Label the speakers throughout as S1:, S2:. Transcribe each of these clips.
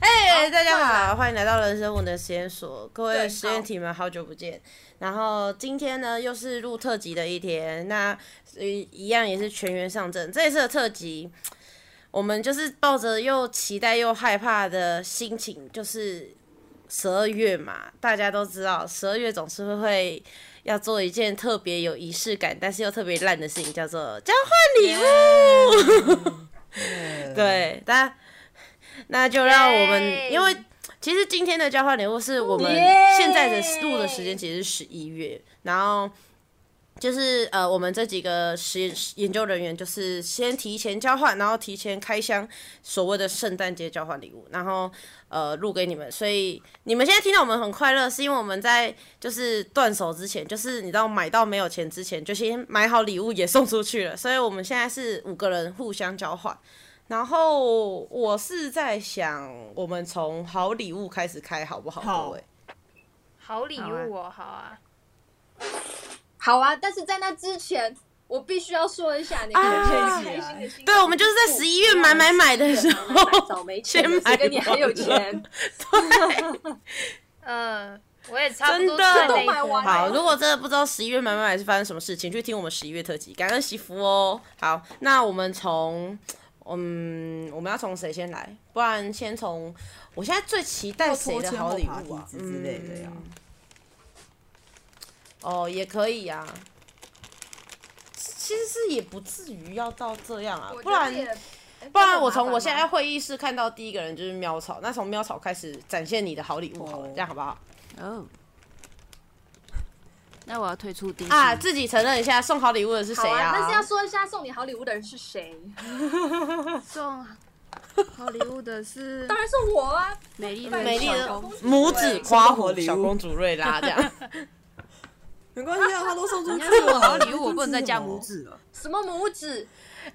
S1: 嗨，大家好，欢迎来到人生我的实验所，各位实验体们，好久不见。然后今天呢，又是录特辑的一天，那呃一样也是全员上阵。这一次的特辑，我们就是抱着又期待又害怕的心情，就是十二月嘛，大家都知道，十二月总是会会要做一件特别有仪式感，但是又特别烂的事情，叫做交换礼物。 对，但那就让我们，
S2: Yay
S1: 因为其实今天的交换礼物是我们
S2: Yay
S1: 现在的录的时间其实是十一月，然后。就是呃，我们这几个实验研究人员就是先提前交换，然后提前开箱所谓的圣诞节交换礼物，然后呃录给你们。所以你们现在听到我们很快乐，是因为我们在就是断手之前，就是你知道买到没有钱之前，就先买好礼物也送出去了。所以我们现在是五个人互相交换。然后我是在想，我们从好礼物开始开好不好？
S3: 好
S1: 各位，
S2: 好礼物哦，好啊，
S4: 好啊，但是在那之前，我必须要说一下，你
S1: 啊
S4: 可能很开心的心情
S1: 对，我们就是在十一月买买买的时候，
S4: 早没
S1: 先
S4: 钱的，
S1: 买
S4: 谁跟你很有钱？
S2: 嗯，我也差不
S1: 真
S2: 多
S1: 的
S2: 在那
S4: 都买完了
S1: 好，如果真的不知道十一月买买买是发生什么事情，去听我们十一月特辑，感恩惜福哦。好，那我们从，嗯，我们要从谁先来？不然先从，我现在最期待谁
S3: 拖
S1: 的
S3: 欠
S1: 好
S3: 或
S1: 礼
S3: 爬
S1: 物
S3: 梯
S1: 啊？
S3: 子之类的呀。
S1: 嗯哦，也可以呀、啊。其实是也不至于要到这样啊，不然
S4: 哎
S1: 不然我从我现在会议室看到第一个人就是喵草，那从喵草开始展现你的好礼物好了，
S3: 哦
S1: 这样好不好？
S5: 哦，那我要退出第一
S1: 啊，自己承认一下送好礼物的是谁
S4: 好啊，但是要
S1: 啊？
S4: 说一下送你好礼物的人是谁？
S5: 送好礼物的是
S4: 当然是我啊，
S5: 美丽
S1: 美丽
S5: 小
S1: 的
S5: 公主
S1: 母子夸
S3: 送
S1: 虎
S3: 好礼物
S1: 小公主瑞拉这 样，
S3: 没关系啊，他都送出去
S5: 那我
S3: 了。
S5: 好礼物我不能再加 拇指了。
S4: 什么拇指？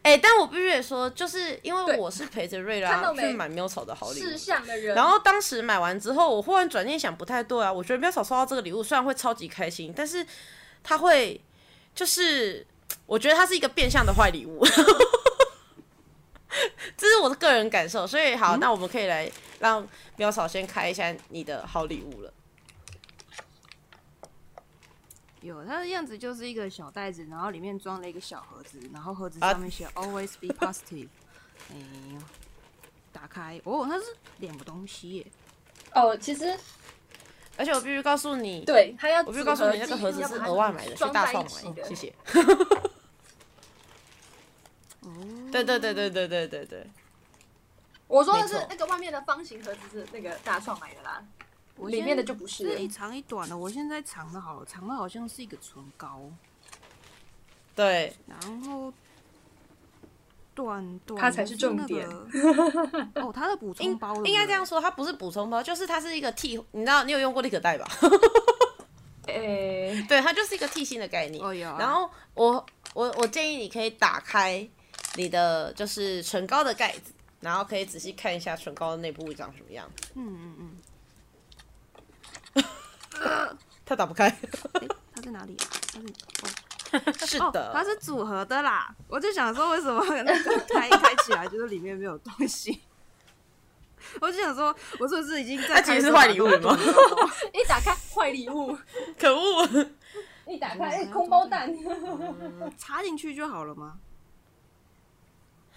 S1: 哎，但我必须得说，就是因为
S4: 对
S1: 我是陪着瑞
S4: 看
S1: 拉
S4: 到没
S1: 去买喵草的好礼物
S4: 事，项的人，
S1: 然后当时买完之后，我忽然转念想，不太对啊。我觉得喵草收到这个礼物，虽然会超级开心，但是他会就是，我觉得它是一个变相的坏礼物，这是我的个人感受。所以
S4: 嗯
S1: 好，那我们可以来让喵草先开一下你的好礼物了。
S5: 有，它的样子就是一个小袋子，然后里面装了一个小盒子，然后盒子
S1: 啊
S5: 上面写 “Always be positive”。哎 呦，打开，哦，它是两个东西耶。
S4: 哦，其实
S1: 而且我必须告诉你，，
S4: 对他要，
S1: 我必须告诉你，那个盒子是额外买的，去
S4: 装
S1: 大
S4: 在
S1: 创
S4: 一
S1: 买
S4: 起
S1: 的，
S4: 的
S1: 谢。谢。 对对对对对对对对，
S4: 我说的
S1: 没
S4: 是
S1: 错
S4: 那个外面的方形盒子是那个大创买的啦，
S5: 我
S4: 里
S5: 现
S4: 面的
S5: 在
S4: 就不是
S5: 这
S4: 了
S5: 一长一短的，我现在长的好了，长的好像是一个唇膏，
S1: 对，
S5: 然后短短
S4: 它才
S5: 的
S4: 是
S5: 是
S4: 重
S5: 那
S4: 点
S5: 个哦，它的补充
S1: 应
S5: 包
S1: 应该这
S5: 样。
S1: 样说，它不是补充包，就是它是一个替，你知道你有用过立可带吧？
S4: 诶，哎
S1: 对，它就是一个替芯的概念。
S5: 哦有啊
S1: 然后我我我建议你可以打开你的就是唇膏的盖子，然后可以仔细看一下唇膏的内部长什么样。
S5: 嗯嗯嗯，
S1: 它打不开。
S5: 哎、它在哪里啊？它是 哦
S1: 是
S5: 哦
S1: 的，，
S5: 它是组合的啦。我就想说，为什么那个开开起来就是里面没有东西？ 我就想说，我是不是已经
S1: 它
S5: 在
S1: 其实
S5: 开
S1: 是
S5: 始
S1: 坏
S5: 把
S1: 礼物
S5: 它
S1: 吗
S5: 断掉了？
S4: 一打开坏礼物，
S1: 可恶。
S4: 哎一打开哎空包 蛋，
S5: 插进去就好了吗？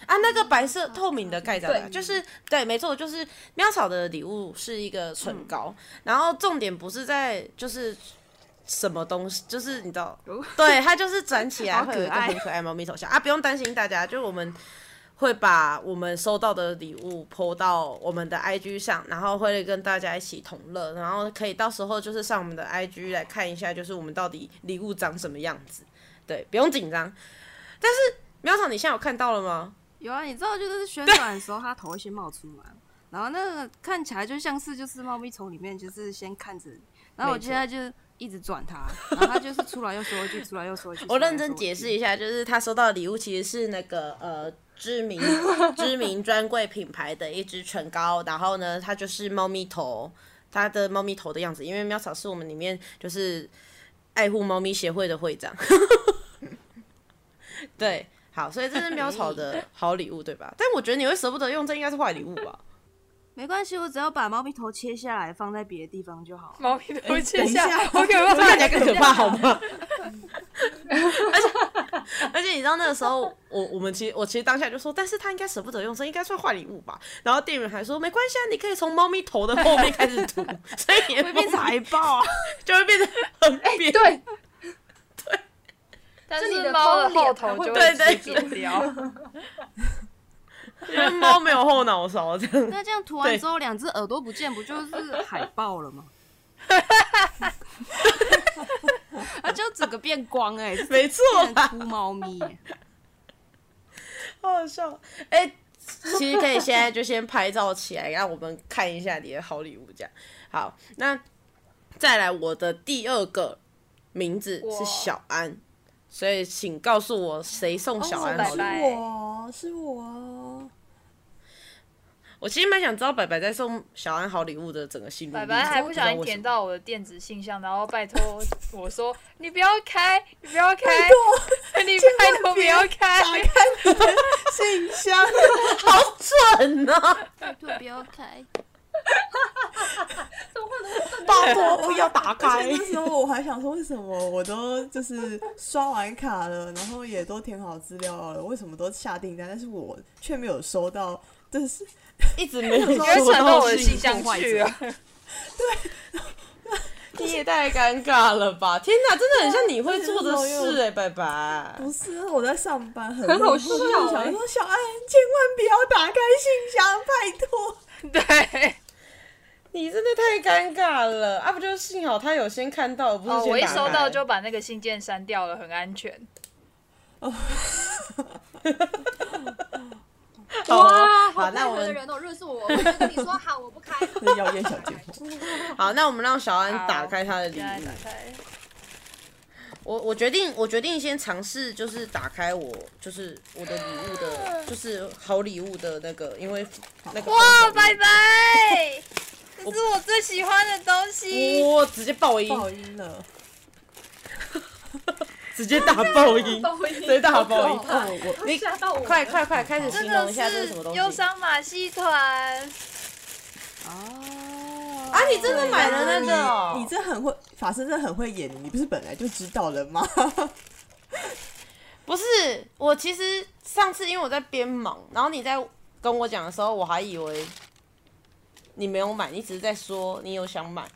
S1: 啊，那个白色透明的盖章啊，
S4: 对
S1: 就是对，没错，就是喵草的礼物是一个
S5: 嗯
S1: 唇膏，然后重点不是在就是什么东西，就是你知道，
S5: 哦
S1: 对，它就是转起来
S5: 好
S1: 会有一个
S5: 可爱
S1: 很可爱的猫咪头像啊，不用担心大家，就是我们。会把我们收到的礼物抛到我们的 IG 上，然后会跟大家一起同乐，然后可以到时候就是上我们的 IG 来看一下，就是我们到底礼物长什么样子。对，不用紧张。但是喵草，你现在有看到了吗？
S5: 有啊，你知道就是旋转的时候，它头会先冒出来，然后那个看起来就像是就是猫咪从里面就是先看着你，然后我
S1: 没错
S5: 现在就一直转它，然后它就是出来又说一句，出来又说一句。
S1: 我
S5: 出来
S1: 认
S5: 又
S1: 真
S5: 说
S1: 解
S5: 一
S1: 释
S5: 句
S1: 一下，就是他收到的礼物其实是那个呃知名知名专柜品牌的一支唇膏，然后呢，它就是猫咪头，它的猫咪头的样子，因为喵草是我们里面就是爱护猫咪协会的会长，对，好，所以这是喵草的好礼物，对吧？但我觉得你会舍不得用，这应该是坏礼物吧？
S5: 没关系，我只要把猫咪头切下来放在别的地方就好了。
S2: 毛皮都切
S3: 哎
S2: 好可
S1: 看起来
S2: 怕！
S1: 更可怕，好吗？ 而且而且你知道那个时候，我我们其实我其实当下就说，但是他应该舍不得用，这应该算坏礼物吧。然后店员还说没关系啊，你可以从猫咪头的后面开始涂，所以你的
S5: 会
S1: 猫
S5: 变成海报啊！哎
S1: 就会变得很扁。
S4: 对，
S2: 但
S4: 这里
S2: 是
S4: 的啊
S2: 猫的
S4: 猫脸
S2: 后头就
S1: 对对
S2: 会吃 不了。
S1: 因为猫没有后脑勺这 样。
S5: 那这样涂完之后，两只耳朵不见，不就是海豹了吗？ 啊，就整个变光哎、欸，
S1: 没错啊
S5: 变
S1: 啦
S5: 成秃猫咪、欸。
S1: 好好笑。哎、其实可以现在就先拍照起来，让我们看一下你的好礼物，这样。好，那再来我的第二个名字是小安，所以请告诉我谁送小安好
S2: 哦
S1: 礼
S2: 拜
S1: 物。
S2: 拜
S3: 我啊是我，
S1: 我其实蛮想知道白白在送小安好礼物的整个心路历
S2: 白
S1: 程。
S2: 白还不小心点到我的电子信箱，然后拜托我说：“你不要开，你不要开， 你拜托不要开。
S3: 信箱，
S1: 蠢 啊！
S4: 拜托不要 开。
S1: 拜托不要打
S3: 而
S1: 开
S3: 且。那时候我还想说，为什么我都就是刷完卡了，然后也都填好资料了，为什么都下订单，但是我却没有收到，就是
S1: 一直没有
S3: 你
S2: 你
S3: 不
S2: 会
S3: 要
S1: 收
S2: 传到我的
S1: 信
S2: 信箱去啊！
S1: 你也太尴尬了吧！天哪，真的很像你会做的事哎、白白。
S3: 不是我在上班很，
S4: 很好
S3: 我就
S4: 笑
S3: 想
S4: 欸
S3: 说小安，千万不要打开信箱，拜托。
S2: 对，
S1: 你真的太尴尬了啊！不就幸好他有先看到，不是
S2: 哦，
S1: 先
S2: 我一
S1: 打
S2: 收
S1: 开
S2: 到就把那个信件删掉了，很安全。
S3: 哦
S1: 好哦好，
S4: 好
S1: 那我
S4: 任何
S1: 们
S4: 人都认识我，我就跟你说好，我不 开。
S3: 那妖艳小姐夫，
S1: 好，那我们让小安打
S2: 好
S1: 开他的礼
S2: 现在
S1: 物
S2: 打。开，
S1: 我我决定，我决定先尝试，就是打开我，就是我的礼物的，就是好礼物的那个，因为那个
S2: 哇，
S1: 哇
S2: 拜拜，这是我最喜欢的东西。
S1: 我直接爆 音，
S3: 爆音了。
S1: 直接打爆音，直接打爆音。
S3: 哦，我
S1: 你
S4: 吓到我了
S1: 快快快，开始
S2: 这
S1: 形容
S2: 个
S1: 一下这是什么
S2: 是
S1: 东
S2: 忧
S1: 西
S2: 伤马戏团，
S5: 哦，
S1: 啊？你真的买了那个哦？
S3: 你这很会，法师真的很会演，你不是本来就知道了吗？
S1: 不是，我其实上次因为我在编忙，然后你在跟我讲的时候，我还以为你没有买，你只是在说你有想买。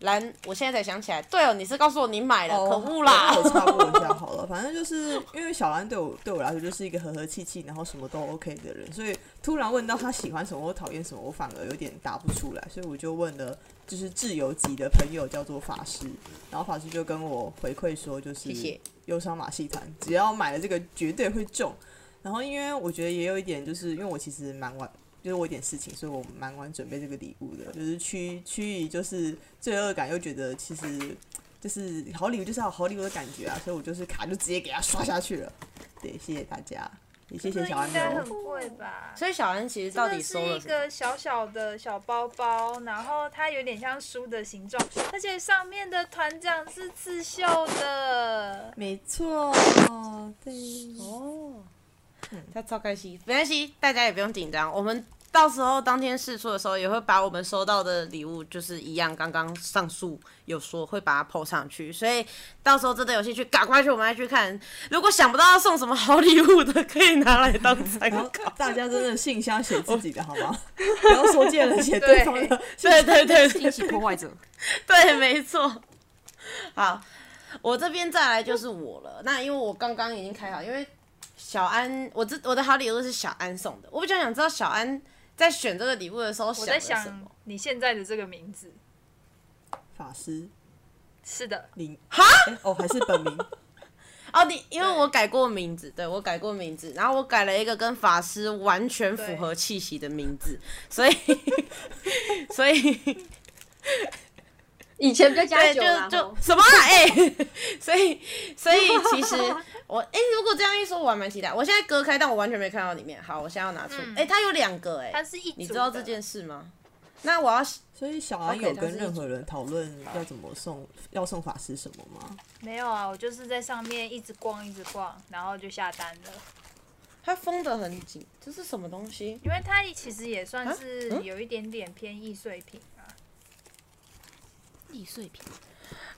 S1: 然，我现在才想起来，对哦，你是告诉我你买了，可恶啦！
S3: 哦我插播一下好了，反正就是因为小安对我对我来说就是一个和和气气，然后什么都 OK 的人，所以突然问到他喜欢什么或讨厌什么，我反而有点答不出来，所以我就问了，就是自由级的朋友叫做法师，然后法师就跟我回馈说，就是
S1: 谢谢
S3: 忧伤马戏团，只要买了这个绝对会中。然后因为我觉得也有一点，就是因为我其实蛮晚，就是我有点事情，所以我蛮晚准备这个礼物的，就是趋趋于就是罪恶感，又觉得其实就是好礼物就是要有好礼物的感觉啊，所以我就是卡就直接给它刷下去了。对，谢谢大家，也谢
S2: 这
S3: 谢小哦安
S2: 应该
S3: 牛
S2: 很。贵吧？
S1: 所以小安其实到底
S2: 这是
S1: 收了
S2: 一
S1: 什么？
S2: 个小小的小包包，然后它有点像书的形状，而且上面的团长是刺绣的。
S3: 没错，对，
S1: 哦，他超开心，没关系，大家也不用紧张，我们。到时候当天试出的时候，也会把我们收到的礼物，就是一样，刚刚上述有说会把它 PO 上去，所以到时候真的有兴趣，赶快去我们来去看。如果想不到要送什么好礼物的，可以拿来当参
S3: 然后
S1: 考。
S3: 大家真的信箱写自己的好 吗？不要说借了写对方的。
S1: 对对对
S5: 引起破坏者。
S1: 对，没错。好，我这边再来就是我了。那因为我刚刚已经开好，因为小安，我这我的好礼物是小安送的。我比较想知道小安在选这个礼物的时候
S2: 我
S1: 想
S2: 在
S1: 了什么
S2: 想。你现在的这个名字，
S3: 法师
S2: 是的，
S3: 林哈、诶哦，还是本名，
S1: 哦，你因为我改过名字，对我改过名字，然后我改了一个跟法师完全符合气息的名字，所以 所以
S4: 以前比较加
S1: 对，
S4: 酒啦，
S1: 就就
S4: 吼
S1: 什 么啊？哎、 所以所以其实我哎、如果这样一说，我还蛮期待。我现在割开，但我完全没看到里面。好，我现在要拿出。哎、
S2: 嗯
S1: 它有两个哎、
S2: 它是一组的。
S1: 你知道这件事吗？那我要
S3: 所以小安
S1: OK，
S3: 有
S1: 他
S3: 跟
S1: 是
S3: 任何人讨论要怎么送，要送法师什么吗？
S2: 没有啊？我就是在上面一直逛，一直逛，然后就下单了。
S1: 它封得很紧，这是什么东西？
S2: 因为它其实也算是
S1: 啊嗯
S2: 有一点点偏易碎品啊。
S5: 易碎品，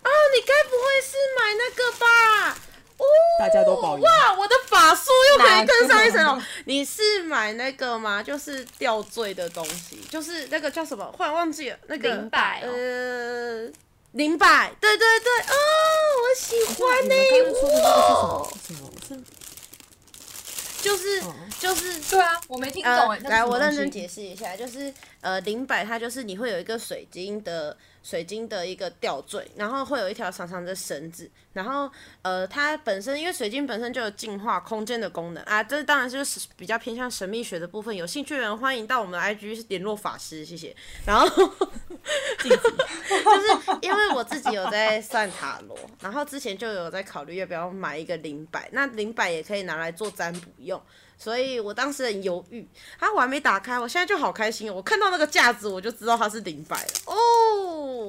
S1: 哦，你该不会是买那个吧？哦，
S3: 大家都保赢
S1: 哇，我的法术又可以跟上一层
S4: 哪
S1: 楼。你是买那个吗？就是吊坠的东西，就是那个叫什么？忽然忘记了，那个
S2: 灵摆哦
S1: 呃，灵摆，对对对，哦，我喜欢
S3: 你
S1: 呢、
S3: 们刚刚说的那
S1: 哇
S3: 个是什么？什么？
S1: 就是
S3: 哦
S1: 就是
S4: 对啊，我没听懂哎、
S1: 呃
S4: 那，是
S1: 来，
S4: 什么
S1: 我
S4: 东
S1: 认
S4: 西
S1: 真解释一下，就是呃，灵摆它就是你会有一个水晶的水晶的一个吊坠，然后会有一条长长的绳子，然后呃，它本身因为水晶本身就有净化空间的功能啊，这当然就是比较偏向神秘学的部分，有兴趣的人欢迎到我们的 IG 联络法师，谢谢。然后 就是因为我自己有在算塔罗，然后之前就有在考虑要不要买一个灵摆，那灵摆也可以拿来做占卜用，所以我当时很犹豫。啊，我还没打开，我现在就好开心哦！我看到那个架子，我就知道它是灵摆了哦。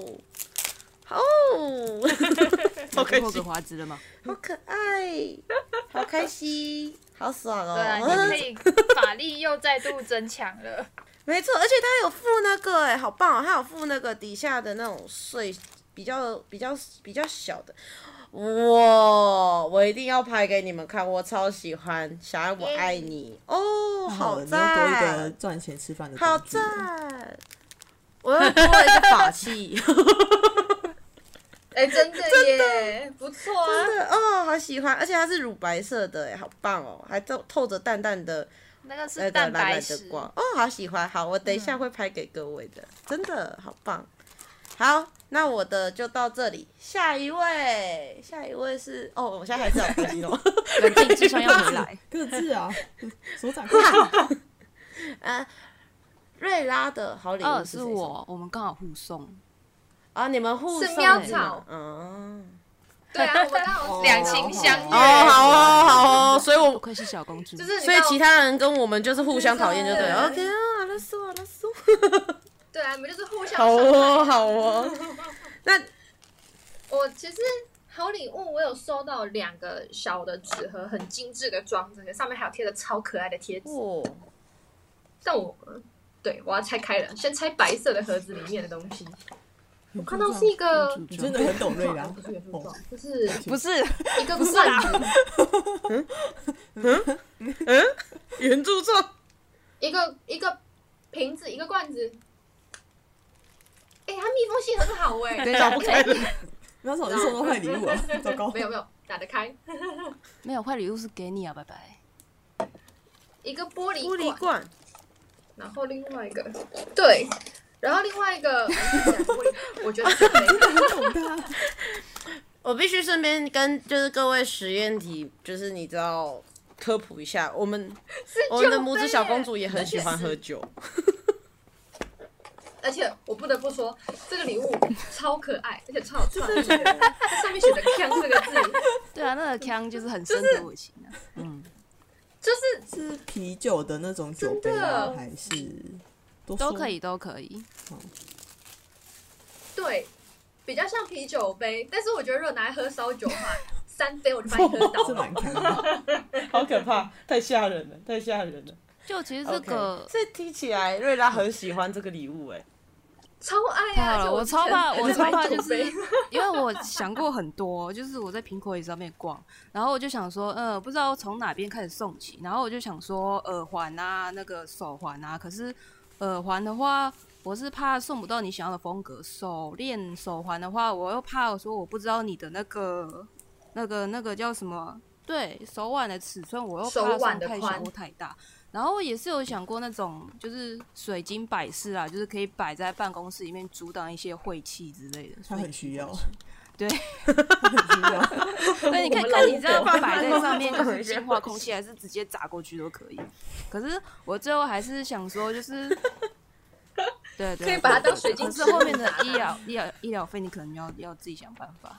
S1: 哦，好开
S5: 霍格
S1: 心，
S5: 华兹了吗？
S1: 好可爱，好开心，好爽哦！
S2: 对啊，你可 以法力又再度增强了。
S1: 没错，而且它有附那个哎、好棒、哦！它有附那个底下的那种碎，比较比较比较小的。哇，我一定要拍给你们看，我超喜欢。小爱，我爱你哦，
S3: 好嗯了，你又多一
S1: 赞
S3: 个，赚钱吃饭的
S1: 好
S3: 工具了
S1: 赞！我又多了一个法器，
S4: 哎、真的耶，不错啊，
S1: 真的哦，好喜欢，而且它是乳白色的哎，好棒哦，还透透着淡淡的
S2: 那个
S1: 那
S2: 是
S1: 个
S2: 蛋
S1: 蓝
S2: 白
S1: 蓝的
S2: 石，
S1: 光，哦，好喜欢。好，我等一下会拍给各位的，真的好棒。好，那我的就到这里，下一位，下一位是哦，我现在还是 好开 心哦。
S5: 冷静智商要回 来。
S3: 各自啊，手掌各自。
S1: 呃，瑞拉的好礼物
S5: 二
S1: 是
S5: 哦是
S1: 谁送的
S5: 我，我们刚好互送，
S1: 啊，你们互
S4: 是
S1: 送
S4: 喵
S1: 的
S4: 草
S1: 嗯。
S4: 对啊，我们刚好
S2: 两情相悦。
S1: 哦，好哦，好哦，所以
S5: 不
S1: 我。
S5: 愧是小公主。
S4: 就是你
S1: 所以
S4: 知道
S1: 其他人跟我们就是互相讨厌就对了。
S4: 对
S1: OK 啊，那说啊，那说。
S4: 对啊，你们就是互相
S1: 好
S4: 伤害
S1: 哦，好哦。 那
S4: 我其实好礼物，我有收到两个小的纸盒，很精致的装着，上面还有贴着超可爱的贴纸。
S1: 哦，
S4: 但我对我要拆开了，先拆白色的盒子里面的东西。我看到是一个
S5: 原
S3: 你
S5: 著
S3: 真
S5: 中
S3: 的很懂瑞拉
S4: 不是原
S3: 哦
S4: 状，就是
S5: 不是
S4: 一个罐子，
S1: 嗯原著作
S4: 一个一个瓶子，一个罐子。哎、它密封性很好哎、
S5: 等一
S1: 打
S5: 下
S1: 不开了。
S3: 喵嫂是收到坏礼物啊，糟糕
S4: 没！有没有打得开，
S5: 没有坏礼物是给你啊，拜拜。
S4: 一个玻璃
S1: 玻璃
S4: 罐，
S1: 罐，
S4: 然后另外一个对，然后另外 一个，我跟你讲玻璃我觉得是可以的
S3: 很懂他。
S1: 我必须顺便跟就是各位实验题，就是你知道科普一下，我 们我哦们的拇指小公主也很喜欢喝酒，
S4: 而且我不得不说，这个礼物超可爱，而且超好创意的。它上面写的“锵”这个字，
S5: 对啊，那个腔就是很深得我心啊。嗯，
S4: 就是
S3: 是啤酒的那种酒杯
S4: 真
S3: 吗？
S4: 的
S3: 还是都
S5: 都
S3: 收
S5: 可以，都可以。
S4: 对，比较像啤酒杯。但是我觉得如果拿来喝烧酒的 话，三杯我就把你喝倒
S3: 这
S4: 了。
S3: 蛮看的。
S1: 好可怕，太吓人了，太吓人了。
S5: 就其实这个
S1: OK，所以听起来瑞拉很喜欢这个礼物， 哎，
S4: 超爱
S5: 太
S4: 啊！
S5: 好了，我
S4: 而且之
S5: 超
S4: 前
S5: 怕，我
S4: 还在
S5: 超
S4: 买
S5: 怕
S4: 酒
S5: 就是
S4: 杯
S5: 因为我想过很多，就是我在苹果椅上面逛，然后我就想说，呃，不知道从哪边开始送起，然后我就想说耳环啊，那个手环啊，可是耳环的话。我是怕送不到你想要的风格，手链、手环的话，我又怕我说我不知道你的那个、那个、那个叫什么？对，手腕的尺寸，我又
S4: 手
S5: 怕
S4: 腕
S5: 送
S4: 的
S5: 太小
S4: 宽
S5: 或太大。然后我也是有想过那种，就是水晶摆饰啊，就是可以摆在办公室里面，阻挡一些晦气之类的。
S3: 他很需要，
S5: 对，
S3: 很需要。
S5: 所以你可以
S4: 我们
S5: 看，
S4: 老
S5: 你知道
S4: 狗
S5: 摆在上 面就是净化空气，还是直接砸过去都可以。可是我最后还是想 说，就是，对对，
S4: 可以把它当水晶
S5: 可是
S4: 球
S5: 后面的医疗医疗医疗费，你可能要要自己想办法。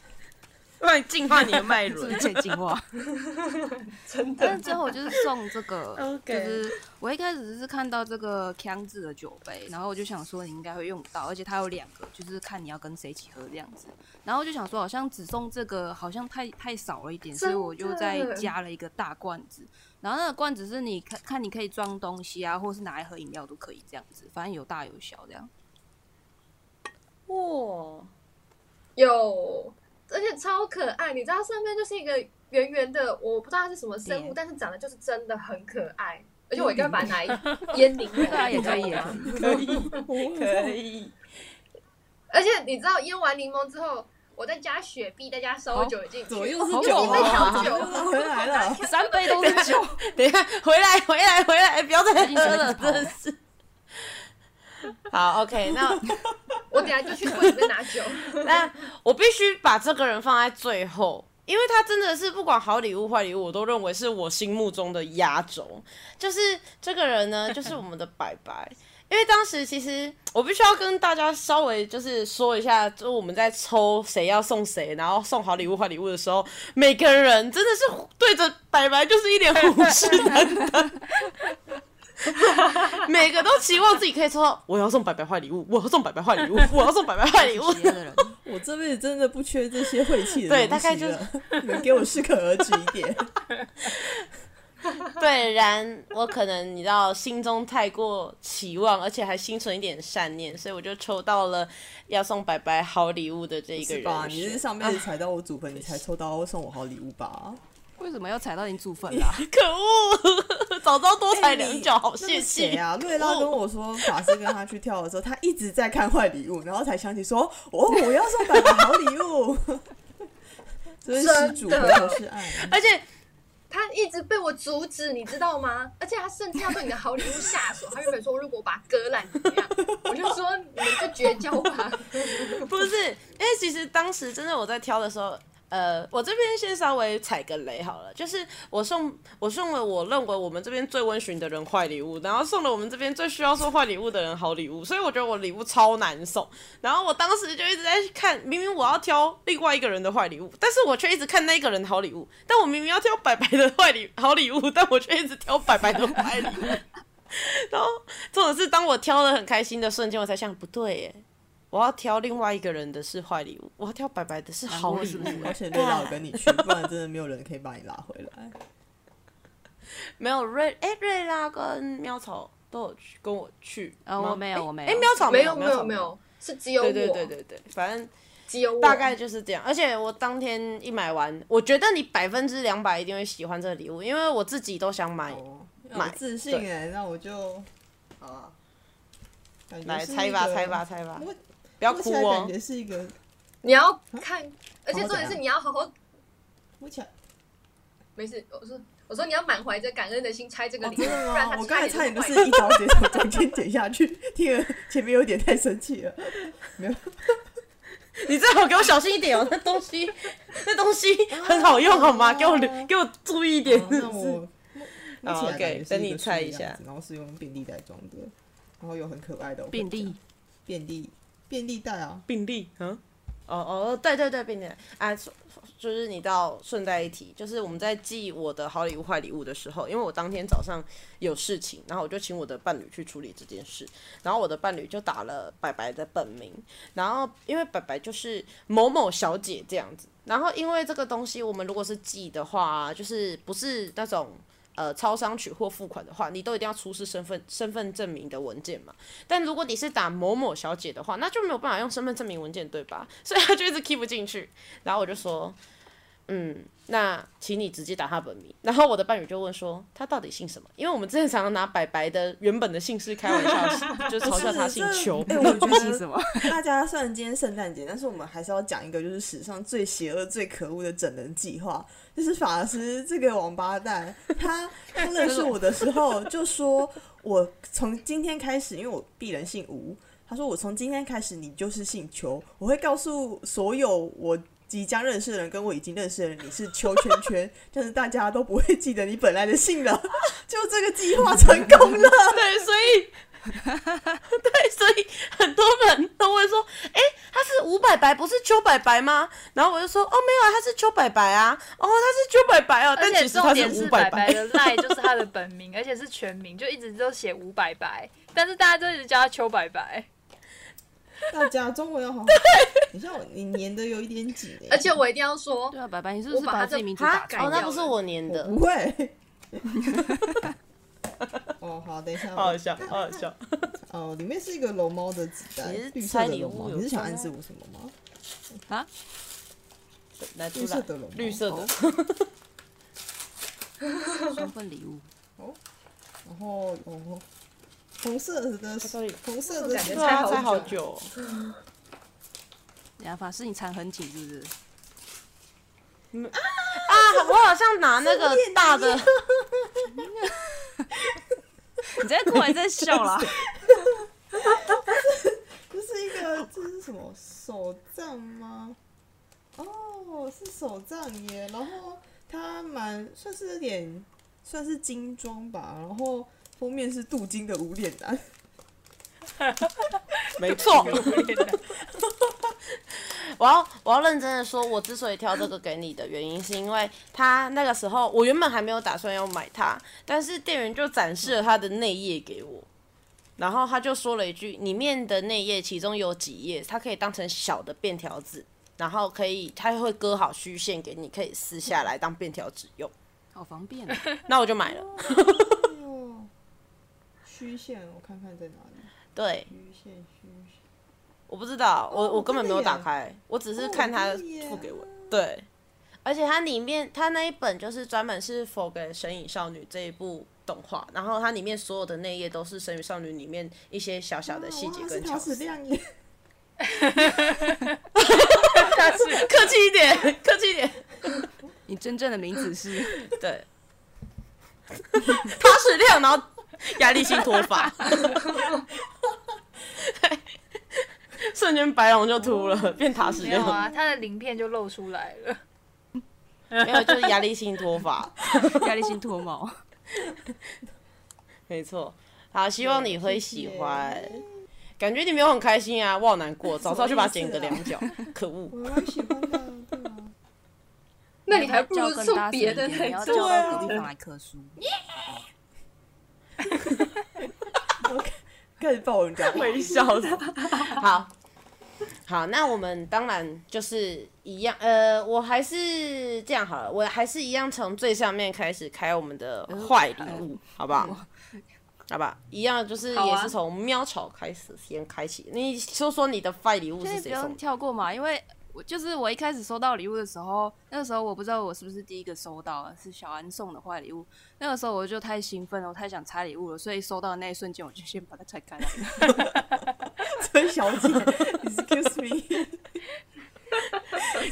S1: 让你净化你的脉轮
S5: 是不。是可以进化？
S4: 真
S5: 但是
S4: 的。
S5: 最后我就是送这个
S1: OK
S5: 就是我一开始是看到这个康字的酒杯，然后我就想说你应该会用到，而且它有两个，就是看你要跟谁一起喝这样子。然后我就想说好像只送这个好像太太少了一点，
S4: 真
S5: 所
S4: 的
S5: 以我就再加了一个大罐子。然后那个罐子是你看看你可以装东西啊，或是拿来喝饮料都可以这样子，反正有大有小这样。
S1: 哇，
S4: 有，而且超可爱。你知道上面就是一个圆圆的，我不知道它是什么生物，
S5: 脸
S4: 但是长得就是真的很可爱。而且我一定会把它 拿来腌柠檬，
S5: 对啊，也可以
S4: 你知道
S5: 啊
S4: 吗。
S1: 可以，可以，
S4: 而且你知道腌完柠檬之后，我再加雪碧，再加烧酒精进去，
S3: 左右是
S4: 就
S5: 好
S4: 是
S3: 酒
S4: 一杯
S3: 啊，
S4: 调酒。
S3: 回来了。
S5: 三杯都是酒，
S1: 等一下，回来，回来，回来，不要再喝了，
S5: 最近真
S1: 真
S5: 的
S1: 的
S5: 一
S1: 是。好，OK，那
S4: 我等一下就去柜里面拿 酒。
S1: 那我必须把这个人放在最后，因为他真的是不管好礼物坏礼物，我都认为是我心目中的压轴。就是这个人呢，就是我们的白白。因为当时其实我必须要跟大家稍微就是说一下，就是我们在抽谁要送谁，然后送好礼物坏礼物的时候，每个人真的是对着白白就是一脸虎视眈眈，每个都期望自己可以抽到我要送白白坏礼物，我要送白白坏礼物，我要送白白坏礼物
S5: 邪。的人。
S3: 我这辈子真的不缺这些晦气的东西
S1: 对大概就是
S3: 了你们给我适可而止一 点。
S1: 对，然我可能你知道心中太过期望，而且还心存一点善念，所以我就抽到了要送白白好礼物的这一个
S3: 是
S1: 人
S3: 吧？
S1: 选。
S3: 你是上辈子踩到我祖坟，你才抽到送我好礼物吧？
S5: 为什么要踩到你祖坟 啊啦？
S1: 可恶，早知道多踩
S3: 哎
S1: 两
S3: 你
S1: 脚，好哦
S3: 那个
S1: 泄
S3: 谁
S1: 气
S3: 啊！瑞 拉跟我说，法师跟他去跳的时候，他一直在看坏礼物，然后才想起说，哦，我要送白白好礼物。真是施主
S4: 真
S3: 回
S4: 的
S3: 头是岸，
S1: 而且
S4: 他一直被我阻止，你知道吗？ 而且他甚至要对你的好礼物下手。他原本说如果我把它割烂怎么样，啊我就说你们就绝交吧。
S1: 不是，因为其实当时真的我在挑的时候，呃，我这边先稍微踩个雷好了，就是我送我送了我认为我们这边最温驯的人坏礼物，然后送了我们这边最需要送坏礼物的人好礼物，所以我觉得我礼物超难送。然后我当时就一直在看，明明我要挑另外一个人的坏礼物，但是我却一直看那个人的好礼物，但我明明要挑白白的坏礼好礼物， 但我却一直挑白白的坏礼物。然后，重点是当我挑的很开心的瞬间，我才想不对耶，我要挑另外一个人的是坏礼物，我要挑白白的是好礼
S5: 难过是
S1: 物
S5: 不。是
S3: 而且瑞拉有跟你去，不然真的没有人可以把你拉回来。
S1: 没有瑞哎、瑞拉跟喵草都有去跟我去
S5: 啊
S1: 吗
S5: 我没有
S1: 诶
S5: 我没有
S1: 诶喵草
S4: 没
S1: 有
S4: 有
S1: 没
S4: 没有
S1: 没
S4: 没，有，是只有我，
S1: 对对对对对，反正
S4: 只有我。
S1: 大概就是这样。而且我当天一买完，我觉得你百分之两百一定会喜欢这个礼物，因为我自己都想买。
S3: 哦，
S1: 哎买
S3: 有自信
S1: 对
S3: 哎，那我就好啊。感觉
S1: 来
S3: 是
S1: 猜
S3: 一
S1: 吧
S3: 个
S1: 猜吧，猜吧，
S3: 摸
S1: 不要
S3: 摸
S1: 哭
S3: 起来
S1: 哦
S3: 感。觉是一个
S4: 你要看，而且
S3: 好
S4: 重点
S3: 怎
S4: 是
S3: 样
S4: 你要好好，
S3: 摸起来。
S4: 没事，我说我说你要满怀着感恩的心拆这个
S3: 哦，
S4: 礼物，
S3: 真
S4: 不
S3: 的
S4: 然
S3: 吗？
S4: 他
S3: 我刚才差点
S4: 就
S3: 就是
S4: 坏了
S3: 一刀直接从中间剪下去，听了前面有点太生气了。
S1: 你最好给我小心一点哦，那东西， 那东西很好用好吗？给我给我注意一点。
S3: 哦那 我摸起
S1: 好
S3: 来感觉
S1: OK，
S3: 是
S1: 等
S3: 一
S1: 你
S3: 个
S1: 猜
S3: 树的
S1: 一下
S3: 样子然后是用便利袋装的，然后有很可爱的
S5: 遍地。
S3: 便利便利袋啊，
S1: 病例，嗯，哦哦，对对对，病例啊，说就是你到顺带一提，就是我们在寄我的好礼物坏礼物的时候，因为我当天早上有事情，然后我就请我的伴侣去处理这件事，然后我的伴侣就打了白白的本名，然后因为白白就是某某小姐这样子，然后因为这个东西我们如果是寄的话，就是不是那种。呃，超商取货付款的话，你都一定要出示身份身份证明的文件嘛。但如果你是打某某小姐的话，那就没有办法用身份证明文件，对吧？ 所以他就一直 keep 不进去。然后我就说，嗯，那请你直接打他本名。然后我的伴侣就问说，他到底姓什么？因为我们之前常常拿白白的原本的姓氏开玩笑，就是嘲笑他姓 邱。
S3: 哎、我觉
S5: 你信什
S3: 得
S5: 么？
S3: 大家虽然今天圣诞节，但是我们还是要讲一个就是史上最邪恶、最可恶的整人计划，就是法师这个王八 蛋，他他认识我的时候就说，我从今天开始，因为我鄙人姓吴，他说我从今天开始你就是姓邱，我会告诉所有我。即将认识的人跟我已经认识的人，你是邱圈 圈，但是大家 都不会记得你本来的姓了。就这个计划成功了，
S1: 对，所以 对，所以很多人都会说，哎、它是五百白，不是九百白吗？然后我就说，哦，没有啊，它是九百白啊，哦，它是九百白啊，
S2: 而
S1: 但其
S2: 且
S1: 实它
S2: 重
S1: 是
S2: 点
S1: 五
S2: 是
S1: 百
S2: 白
S1: 白
S2: 白。的赖就是他的本名，而且是全名，就一直都写五百白，但是大家都一直叫他邱白白。
S3: 大家中文要好 好。你像我，你粘的有一点紧欸
S4: 而且我一定要说
S5: 对，啊，白白，你是不
S4: 我
S5: 是
S4: 把
S5: 把
S4: 它
S5: 自己
S4: 这
S5: 名字打
S1: 啊，
S5: 错？
S1: 哦，那不是我粘
S3: 我
S1: 的，
S3: 不会。哦，好，等一下，
S1: 好好
S3: 我
S1: 笑，好好笑。
S3: 哦，里面是一个龙猫的子弹
S1: 你是，
S3: 绿色
S1: 猜
S3: 的
S1: 礼
S3: 龙
S1: 物
S3: 猫，
S1: 有
S3: 你是想
S1: 关
S3: 暗
S1: 吗
S3: 示我什么吗？
S5: 啊，
S1: 来，出
S3: 绿色
S1: 来
S3: 的龙猫，
S1: 绿色的，
S5: 双份礼物，
S3: 然后哦，红色的是，
S1: sorry
S3: 红色
S4: 我
S3: 的
S4: 感
S3: 是
S4: 觉
S1: 对啊，
S4: 猜
S1: 猜
S4: 好
S1: 好久哦、
S5: 等下法师你缠很紧是不是？
S1: 啊！我好像拿那个大的，
S5: 你在突然在笑 啦？
S3: 这是一个，这是什么手杖吗？哦，是手杖耶。然后它蛮算是有点算是精装吧，然后封面是镀金的无脸男，
S1: 没错。我要我要认真的说，我之所以挑这个给你的原因，是因为他那个时候我原本还没有打算要买它，但是店员就展示了他的内页给我，然后他就说了一句，里面的内页其中有几页，它可以当成小的便条纸，然后可以它会割好虚线给你，可以撕下来当便条纸用。
S5: 好方便啊！
S1: 那我就买了。
S3: 哎呦，虚线，我看看在哪里，
S1: 对，
S3: 虚线虚线，
S1: 我不知道，我、
S3: 哦
S1: 我根本没有打
S3: 真的耶
S1: 开，我只是
S3: 哦
S1: 看他
S3: 真的耶
S1: 付给我。对，而且它里面它那一本就是专门是否给《神隐少女》这一部动画，然后它里面所有的内页都是《神隐少女》里面一些小小的细节
S3: 哇是
S1: 跟巧
S3: 桃子
S1: 思。
S3: 亮耶，
S1: 客气一点，客气一点。
S5: 你真正的名字 是
S1: 对，他是亮，然后压力性脱发，瞬间白龙就秃了，变塔矢
S2: 没
S1: 亮
S2: 有啊，他的鳞片就露出来了。
S1: 没有就是压力性脱发。
S5: 压力性脱毛，
S1: 没错，好，希望你会喜
S3: 谢谢
S1: 欢。感觉你没有很开心啊，我好难过，早知道就把它剪个
S3: 什么啊
S1: 两角， 可恶！
S3: 我蛮喜欢的，对啊。
S4: 那你还不如
S5: 叫更
S4: 送
S5: 大声
S4: 别
S5: 一
S4: 的
S5: 点，
S4: 那
S5: 你要
S4: 种。
S5: 叫到隔壁放来棵树。
S3: 开始爆人家
S1: 会笑死。 好，好，那我们当然就是一样，呃，我还是这样好了，我还是一样从最上面开始开我们的
S3: 呃
S1: 坏礼物，好不好？好吧，一样就是
S4: 好
S1: 也
S4: 啊
S1: 是从喵草开始先开启。你说说你的坏礼物
S5: 所
S1: 是
S5: 以不
S1: 谁送
S5: 用
S1: 的？
S5: 跳过嘛，因为我就是我一开始收到礼物的时候，那个时候我不知道我是不是第一个收到的，是小安送的坏礼物。那个时候我就太兴奋了，我太想拆礼物了，所以收到的那一瞬间我就先把它拆开来了。
S3: 崔小姐，excuse me，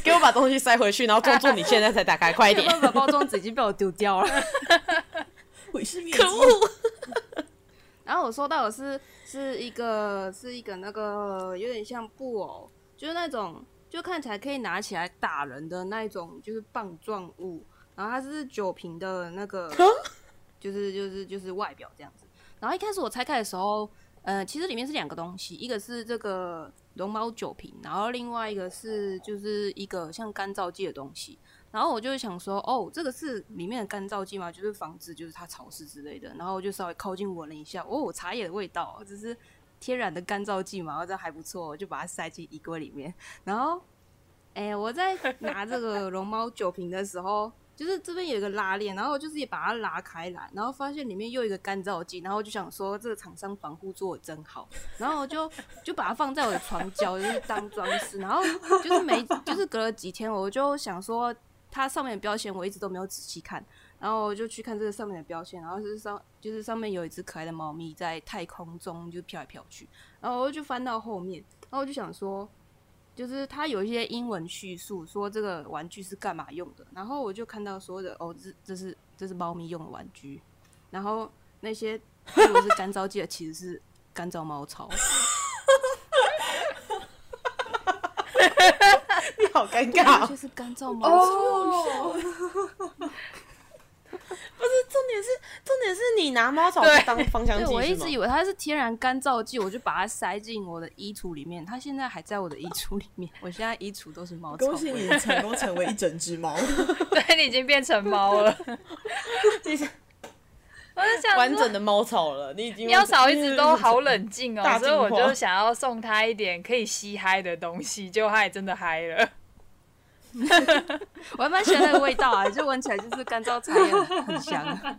S1: 给我把东西塞回去，然后装作你现在才打开，快一
S5: 没
S1: 点
S5: 有！办法，包装纸已经被我丢掉了。
S3: 毁尸灭迹
S1: 可恶！
S5: 然后我收到的是是一个是一个那个有点像布偶，就是那种就看起来可以拿起来打人的那一种，就是棒状物。然后它是酒瓶的那个，就是就是就是外表这样子。然后一开始我拆开的时候，呃，其实里面是两个东西，一个是这个龙猫酒瓶，然后另外一个是就是一个像干燥剂的东西。然后我就想说，哦，这个是里面的干燥剂吗？就是防止就是它潮湿之类的。然后我就稍微靠近闻了一下，哦，茶叶的味道，这是天然的干燥剂嘛，哦这还不错，我就把它塞进衣柜里面。然后，哎、我在拿这个龙猫酒瓶的时候，就是这边有一个拉链，然后我就是也把它拉开来，然后发现里面又有一个干燥剂，然后我就想说这个厂商防护做的真好，然后我就就把它放在我的床角，就是当装饰。然后就是每就是隔了几天，我就想说它上面的标签我一直都没有仔细看，然后我就去看这个上面的标签，然后就是上就是上面有一只可爱的猫咪在太空中就飘来飘去，然后我就翻到后面，然后我就想说，就是它有一些英文叙述说这个玩具是干嘛用的，然后我就看到说的哦，这这是这是猫咪用的玩具，然后那些如果是干燥剂的其实是干燥猫草。
S1: 你好尴
S5: 而
S1: 尬哦
S5: 且。是干燥毛草。
S1: 重点是，重点是你拿猫草
S2: 对
S1: 当芳香剂
S5: 对，
S1: 是吗，
S5: 我一直以为它是天然干燥剂，我就把它塞进我的衣橱里面。它现在还在我的衣橱里面， 我现在衣橱都是猫草
S3: 恭喜
S5: 味。
S3: 你成功成为一整只猫，
S2: 对你已经变成猫了。 我就想
S1: 完
S2: 说，
S1: 整的猫草了，你已经
S2: 喵嫂一直都好冷静
S1: 大
S2: 哦，
S1: 进
S2: 所
S1: 化
S2: 以我就想要送她一点可以吸嗨的东西，结果她也真的嗨了。
S5: 我还蛮喜欢那个味道啊，就闻起来就是干燥茶叶很很 香。啊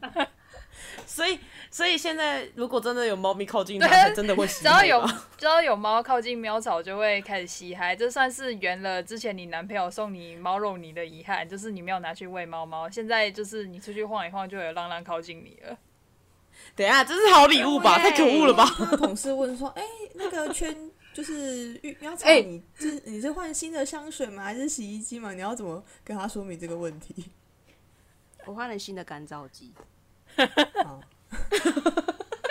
S1: 所以，所以现在如果真的有猫咪靠近它，
S2: 对
S1: 它真的会吸
S2: 只要
S1: 那
S2: 有
S1: 个。
S2: 只要有猫靠近喵草，就会开始吸嗨，这算是圆了之前你男朋友送你猫肉泥的遗憾，就是你没有拿去喂猫猫。现在就是你出去晃一晃，就有浪浪靠近你了。
S1: 等一下，这是好礼物吧？
S5: 对
S1: 太可恶了吧！
S3: 他的同事问说：“哎、那个圈就是玉喵草，
S4: 哎
S3: 你这你是换新的香水吗？还是洗衣机吗？你要怎么跟他说明这个问题
S5: 我换了新的干燥剂，？”
S3: 啊，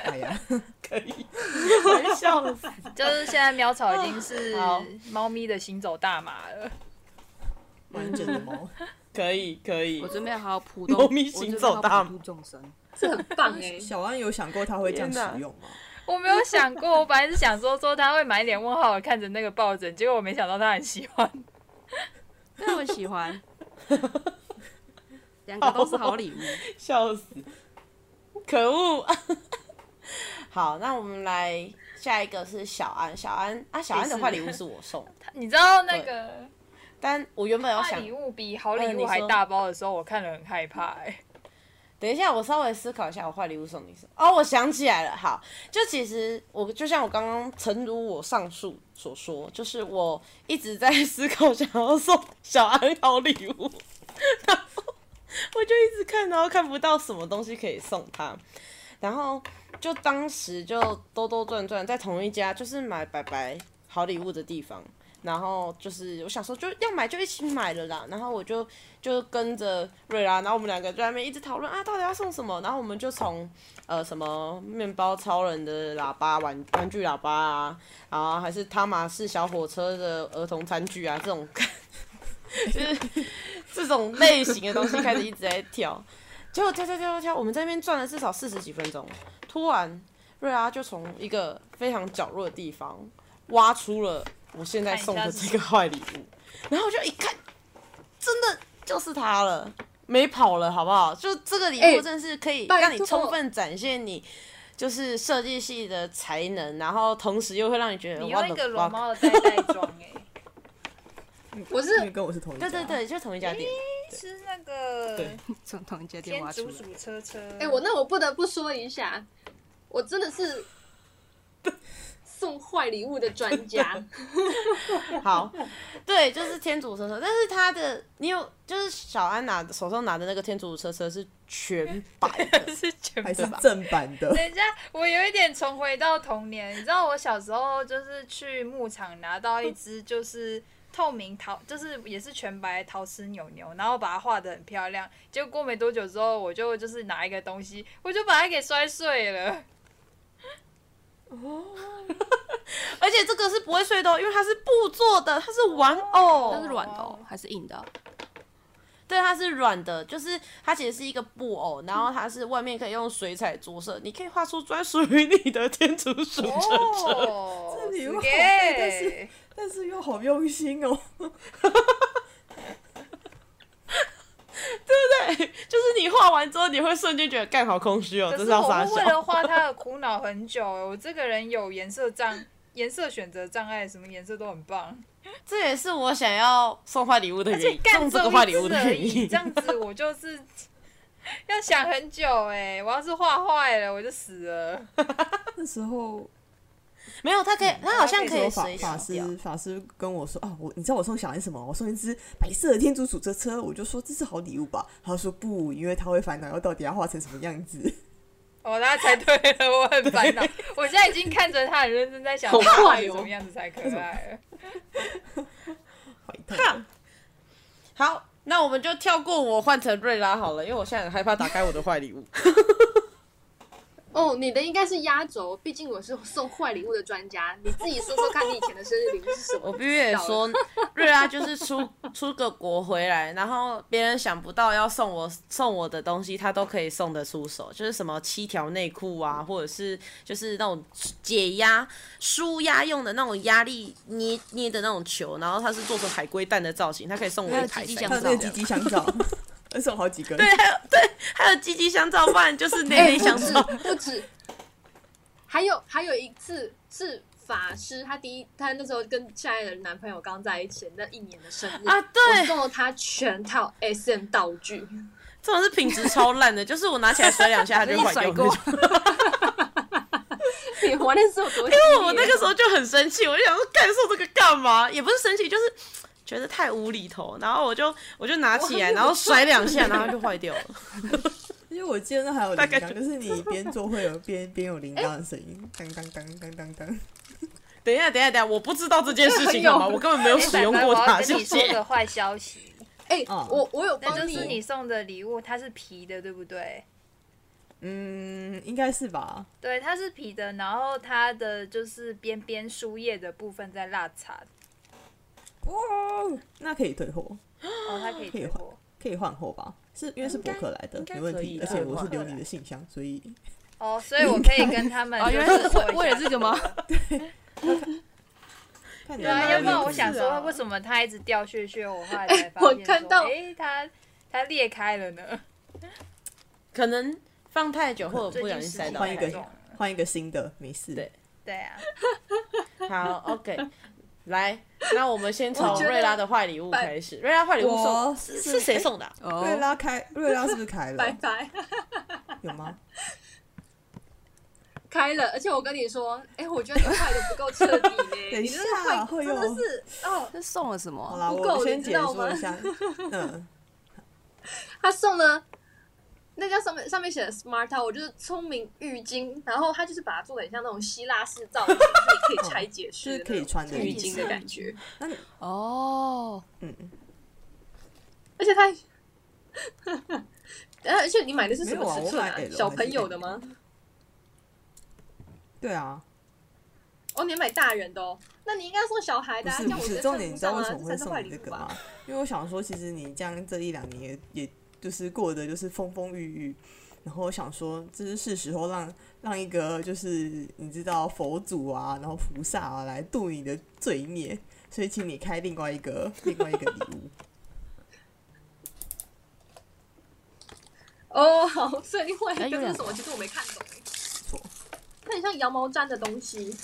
S3: 哎呀，
S1: 可以，玩笑死。
S2: 就是现在喵草已经是
S1: 好
S2: 猫咪的行走大马了。
S3: 完整的猫，
S1: 可以，可以
S5: 我。准备好好普通，
S1: 猫咪行走大
S5: 我准备好普度众生。
S4: 这很棒哎、
S3: 小安有想过他会这样
S1: 天哪
S3: 使用吗？
S2: 我没有想过，我本来是想说说他会满脸问号的看着那个抱枕，结果我没想到他很喜欢。
S5: 对，我喜欢。两个都是好礼物。
S1: 笑死，可恶！ 好，那我们来下一个是小安，小安啊，小安的坏礼物是我送，
S2: 你知道那个
S1: 但我原本要
S2: 大
S1: 想
S2: 礼，物比好
S1: 呃
S2: 礼
S1: 你
S2: 物还
S1: 说
S2: 大包的时候，我看了很害怕哎、
S1: 等一下我稍微思考一下，我坏礼物送你什么？哦，我想起来了，好，就其实我就像我刚刚，诚如我上述所说，就是我一直在思考想要送小安好礼物， 然后我就一直看，然后看不到什么东西可以送他，然后就当时就兜兜转转，在同一家就是买白白好礼物的地方，然后就是我想说就要买就一起买了啦，然后我就就跟着瑞拉，然后我们两个就在那边一直讨论啊，到底要送什么，然后我们就从呃什么面包超人的喇叭玩玩具喇叭啊，然后还是汤马士小火车的儿童餐具啊这种， 就是这种类型的东西开始一直在跳，结果跳跳跳跳跳，我们在那边转了至少四十几分钟，突然瑞拉就从一个非常角落的地方挖出了我现在送的这个坏礼物，然后我就一看，真的就是它了。没跑了，好不好？就这个礼
S4: 哎
S1: 物真的是可以
S4: 拜
S1: 让你
S4: 托
S1: 充分展现你就是设计系的才能，然后同时又会让你觉得
S2: 你
S1: 哇
S2: 用一个龙猫的袋袋装哎、
S4: 我是
S3: 因为跟我是
S2: 啊
S3: 同一家，
S1: 对对对，就同一家店。
S2: 是那个
S1: 对
S5: 从同一家店
S2: 天
S5: 挖出
S2: 竺
S5: 来。
S2: 鼠车车。哎
S4: 哎、我那我不得不说一下，我真的是送坏礼物的专家。
S1: 好，对，就是天竺车车，但是它的你有就是小安拿手上拿的那个天竺车车是 全白的，
S2: 是全
S3: 还
S2: 部。
S3: 是正版的，
S2: 等一下，我有一点重回到童年。你知道我小时候就是去牧场拿到一只就是透明陶，就是也是全白陶瓷牛牛，然后把它画的很漂亮。结果过没多久之后，我就就是拿一个东西，我就把它给摔碎了。
S1: 而且这个是不会碎的哦，因为它是布做的，它是玩偶，
S5: 它是软的哦，还是硬的哦？
S1: 对，它是软的，就是它其实是一个布偶，然后它是外面可以用水彩着色，你可以画出专属于你的天竺鼠车车。
S2: 哦，
S3: 这礼物
S2: 是
S3: 好
S2: 给
S3: 贵但是但是又好用心哦。
S1: 就是你画完之后，你会瞬间觉得干好空虚哦，
S2: 可
S1: 这
S2: 是
S1: 要
S2: 我
S1: 傻
S2: 会为了
S1: 笑。
S2: 画它而苦恼很久、我这个人有颜色障，颜色选择障碍，什么颜色都很棒。
S1: 这也是我想要送坏礼物的
S2: 而
S1: 原
S2: 且
S1: 因，
S2: 干
S1: 送这
S2: 这
S1: 个坏礼物的原因
S2: 这。样子我就是 要想很久哎、我要是画坏了我就死了。
S3: 那时候
S1: 没有，它可
S2: 嗯
S1: 以，它好像可
S3: 那
S1: 以
S3: 时候
S1: 随
S3: 法法
S1: 时掉。
S3: 师法师跟我说啊，我你知道我送小安什么？我送一只白色的天竺鼠车车，我就说这是好礼物吧。他说不，因为他会烦恼要到底要画成什么样子。
S2: 哦，那猜对了，我很烦恼。我现在已经看着他很认真在想，
S1: 好
S2: 他到
S1: 坏
S2: 底
S1: 哦
S2: 什么样子才可爱了。
S3: 坏透
S1: 哈
S3: 了
S1: 好，那我们就跳过我换成瑞拉好了，因为我现在很害怕打开我的坏礼物。
S4: 哦，你的应该是压轴，毕竟我是送坏礼物的专家。你自己说说看，你以前的生日礼物是什么？
S1: 我必须得说， 瑞拉就是出出个国回来，然后别人想不到要送我送我的东西，他都可以送得出手，就是什么七条内裤啊，或者是就是那种解压、舒压用的那种压力捏捏的那种球，然后它是做成海龟蛋的造型，它可以送我一
S5: 还
S1: 排
S5: 有吉吉
S1: 三
S3: 还
S5: 香
S1: 个。
S3: 有那个积极香皂，而且我好几根。
S1: 对，还有对，还有鸡鸡香皂，不然 就是
S4: 哎
S1: 蕾蕾香皂。
S4: 不止不止，还有还有一次是法师，他第一他那时候跟现在的男朋友刚在一起那一年的生日
S1: 啊对
S4: 我送了他全套 S M 道具，
S1: 这种是品质超烂的，就是我拿起来甩两下它 就坏掉
S5: 甩
S1: 那种
S5: 过。
S4: 你玩的时候多因
S1: 因 为我那个时候就很生气，我就想说干受这个干嘛？也不是生气，就是觉得太无厘头。然后我就我就拿起来，然后甩两下，然后它就坏掉了。
S3: 因为我记得那还有铃
S1: 大概
S3: 铛，
S1: 就哎
S3: 就是你边做会有边边有铃铛的声 音，当当当当当当。
S1: 等一下，等一下，等一下，我不知道这件事情好 吗？我根本没有使用
S2: 哎
S1: 过
S2: 仔仔我
S1: 它，
S2: 要跟
S1: 谢
S2: 你说
S1: 谢。
S2: 个坏消息，
S4: 哎、
S1: 哦
S3: 嗯
S4: 我我有
S2: 那
S4: 帮
S2: 就是
S4: 你，
S2: 你送的礼物，它是皮的，对不对？
S3: 嗯，应该是吧。
S2: 对，它是皮的，然后它的就是边边书页的部分在蜡擦，
S3: 哇，那可以退货，
S2: 哦，它可以退货。
S3: 可以换货吧？是因为是博客来的
S1: 应，该
S3: 没问题。
S1: 应该
S3: 而
S1: 可以
S3: 且我
S1: 换
S3: 是留你的信箱，所以
S2: 哦，所以我可以跟他们
S5: 啊，
S2: 就
S5: 原
S2: 哦是
S5: 来是
S2: 说一
S5: 为
S2: 下
S5: 为了这 个吗？
S3: 看你
S2: 对啊，
S3: 的
S2: 要不然我
S3: 是
S2: 想说，为什么它一直掉屑屑？我后来才发现说，
S4: 我看到
S2: 哎，它它裂开了呢。
S1: 可能放太久或者
S2: 最
S1: 不小
S2: 近
S1: 心
S2: 时
S1: 塞
S2: 间
S1: 到
S3: 换一
S1: 太
S3: 个
S2: 太
S1: 久。
S2: 重了。
S3: 换一个新的，没事。
S1: 对
S2: 对啊，
S1: 好，OK，来，那我们先从
S4: 我觉得
S1: 瑞拉的坏礼物开始。瑞拉坏礼物送
S3: 我
S1: 是是谁送的啊？
S3: 瑞
S5: 哦，
S3: 拉开，瑞拉是不是开
S4: 拜
S3: 了？
S4: 拜。
S3: 有吗？
S4: 开了，而且我跟你说，哎、我觉得你坏的不够彻底呢，
S3: 等一
S4: 你真的
S3: 下，会
S4: 真
S3: 有。
S4: 的是哦，
S5: 那送了什么
S3: 好
S5: 啊？
S3: 啦，
S4: 不够
S3: 我先
S4: 你
S3: 解
S4: 知道
S3: 说一
S4: 吗
S3: 下。嗯，
S4: 他送了那叫上面上面写的 smart towel，就是聪明浴巾，然后他就是把它做的很像那种希腊式造型，就是你可以拆解
S3: 就
S4: 式
S3: 是
S4: 的
S3: 可以穿的
S4: 浴
S3: 浴
S4: 巾
S3: 巾。
S4: 的感觉，
S3: 那你
S5: 哦，
S3: 嗯，
S4: 而且他。呃 而且你买的是什
S3: 没有
S4: 么
S3: 啊
S4: 尺寸啊
S3: 我买 L
S4: 小朋友的吗？
S3: 对啊，
S4: 哦，你买大人的哦，那你应该送小孩
S3: 不
S4: 的、啊。
S3: 是
S4: 这样
S3: 不
S4: 我觉
S3: 是，
S4: 得
S3: 重点你知道为什
S4: 称
S3: 么
S4: 不
S3: 会
S4: 上
S3: 送
S4: 啊
S3: 你这
S4: 这才是
S3: 个
S4: 坏礼物吧
S3: 吗？因为我想说，其实你这样这一两年也也就是过得就是风风雨雨，然后我想说，这是是时候让让一个就是你知道佛祖啊，然后菩萨啊来度你的罪孽，所以请你开另外一个另外一个礼物。
S4: 哦，好，所以另外一
S5: 哎
S4: 个
S5: 有
S4: 是
S5: 两
S4: 什么？其实我没看懂哎、
S3: 错
S4: 它很像羊毛毡的东西，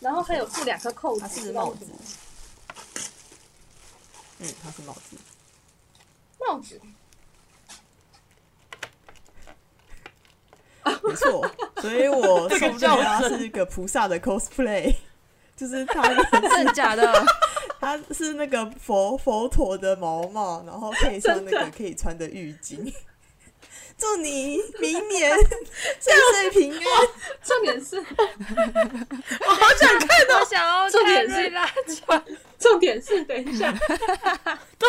S4: 然后还有附两颗扣
S3: 它是
S4: 子，不知道
S3: 帽
S4: 为
S3: 子
S4: 什么，
S3: 嗯，它是帽子，
S4: 帽子，
S3: 没错。所以我
S1: 这个
S3: 送
S1: 叫
S3: 瑞拉是一个菩萨的 cosplay，就是 他的
S5: 真的假的？
S3: 它是那个佛佛陀的毛毛，然后配上 那个可以穿的浴巾。 祝你明 年岁岁平安。
S4: 重点是
S1: 我好想看，
S2: 我想要
S4: 重
S2: 看
S4: 点是
S2: 瑞拉
S4: 重点是，等一下， 对，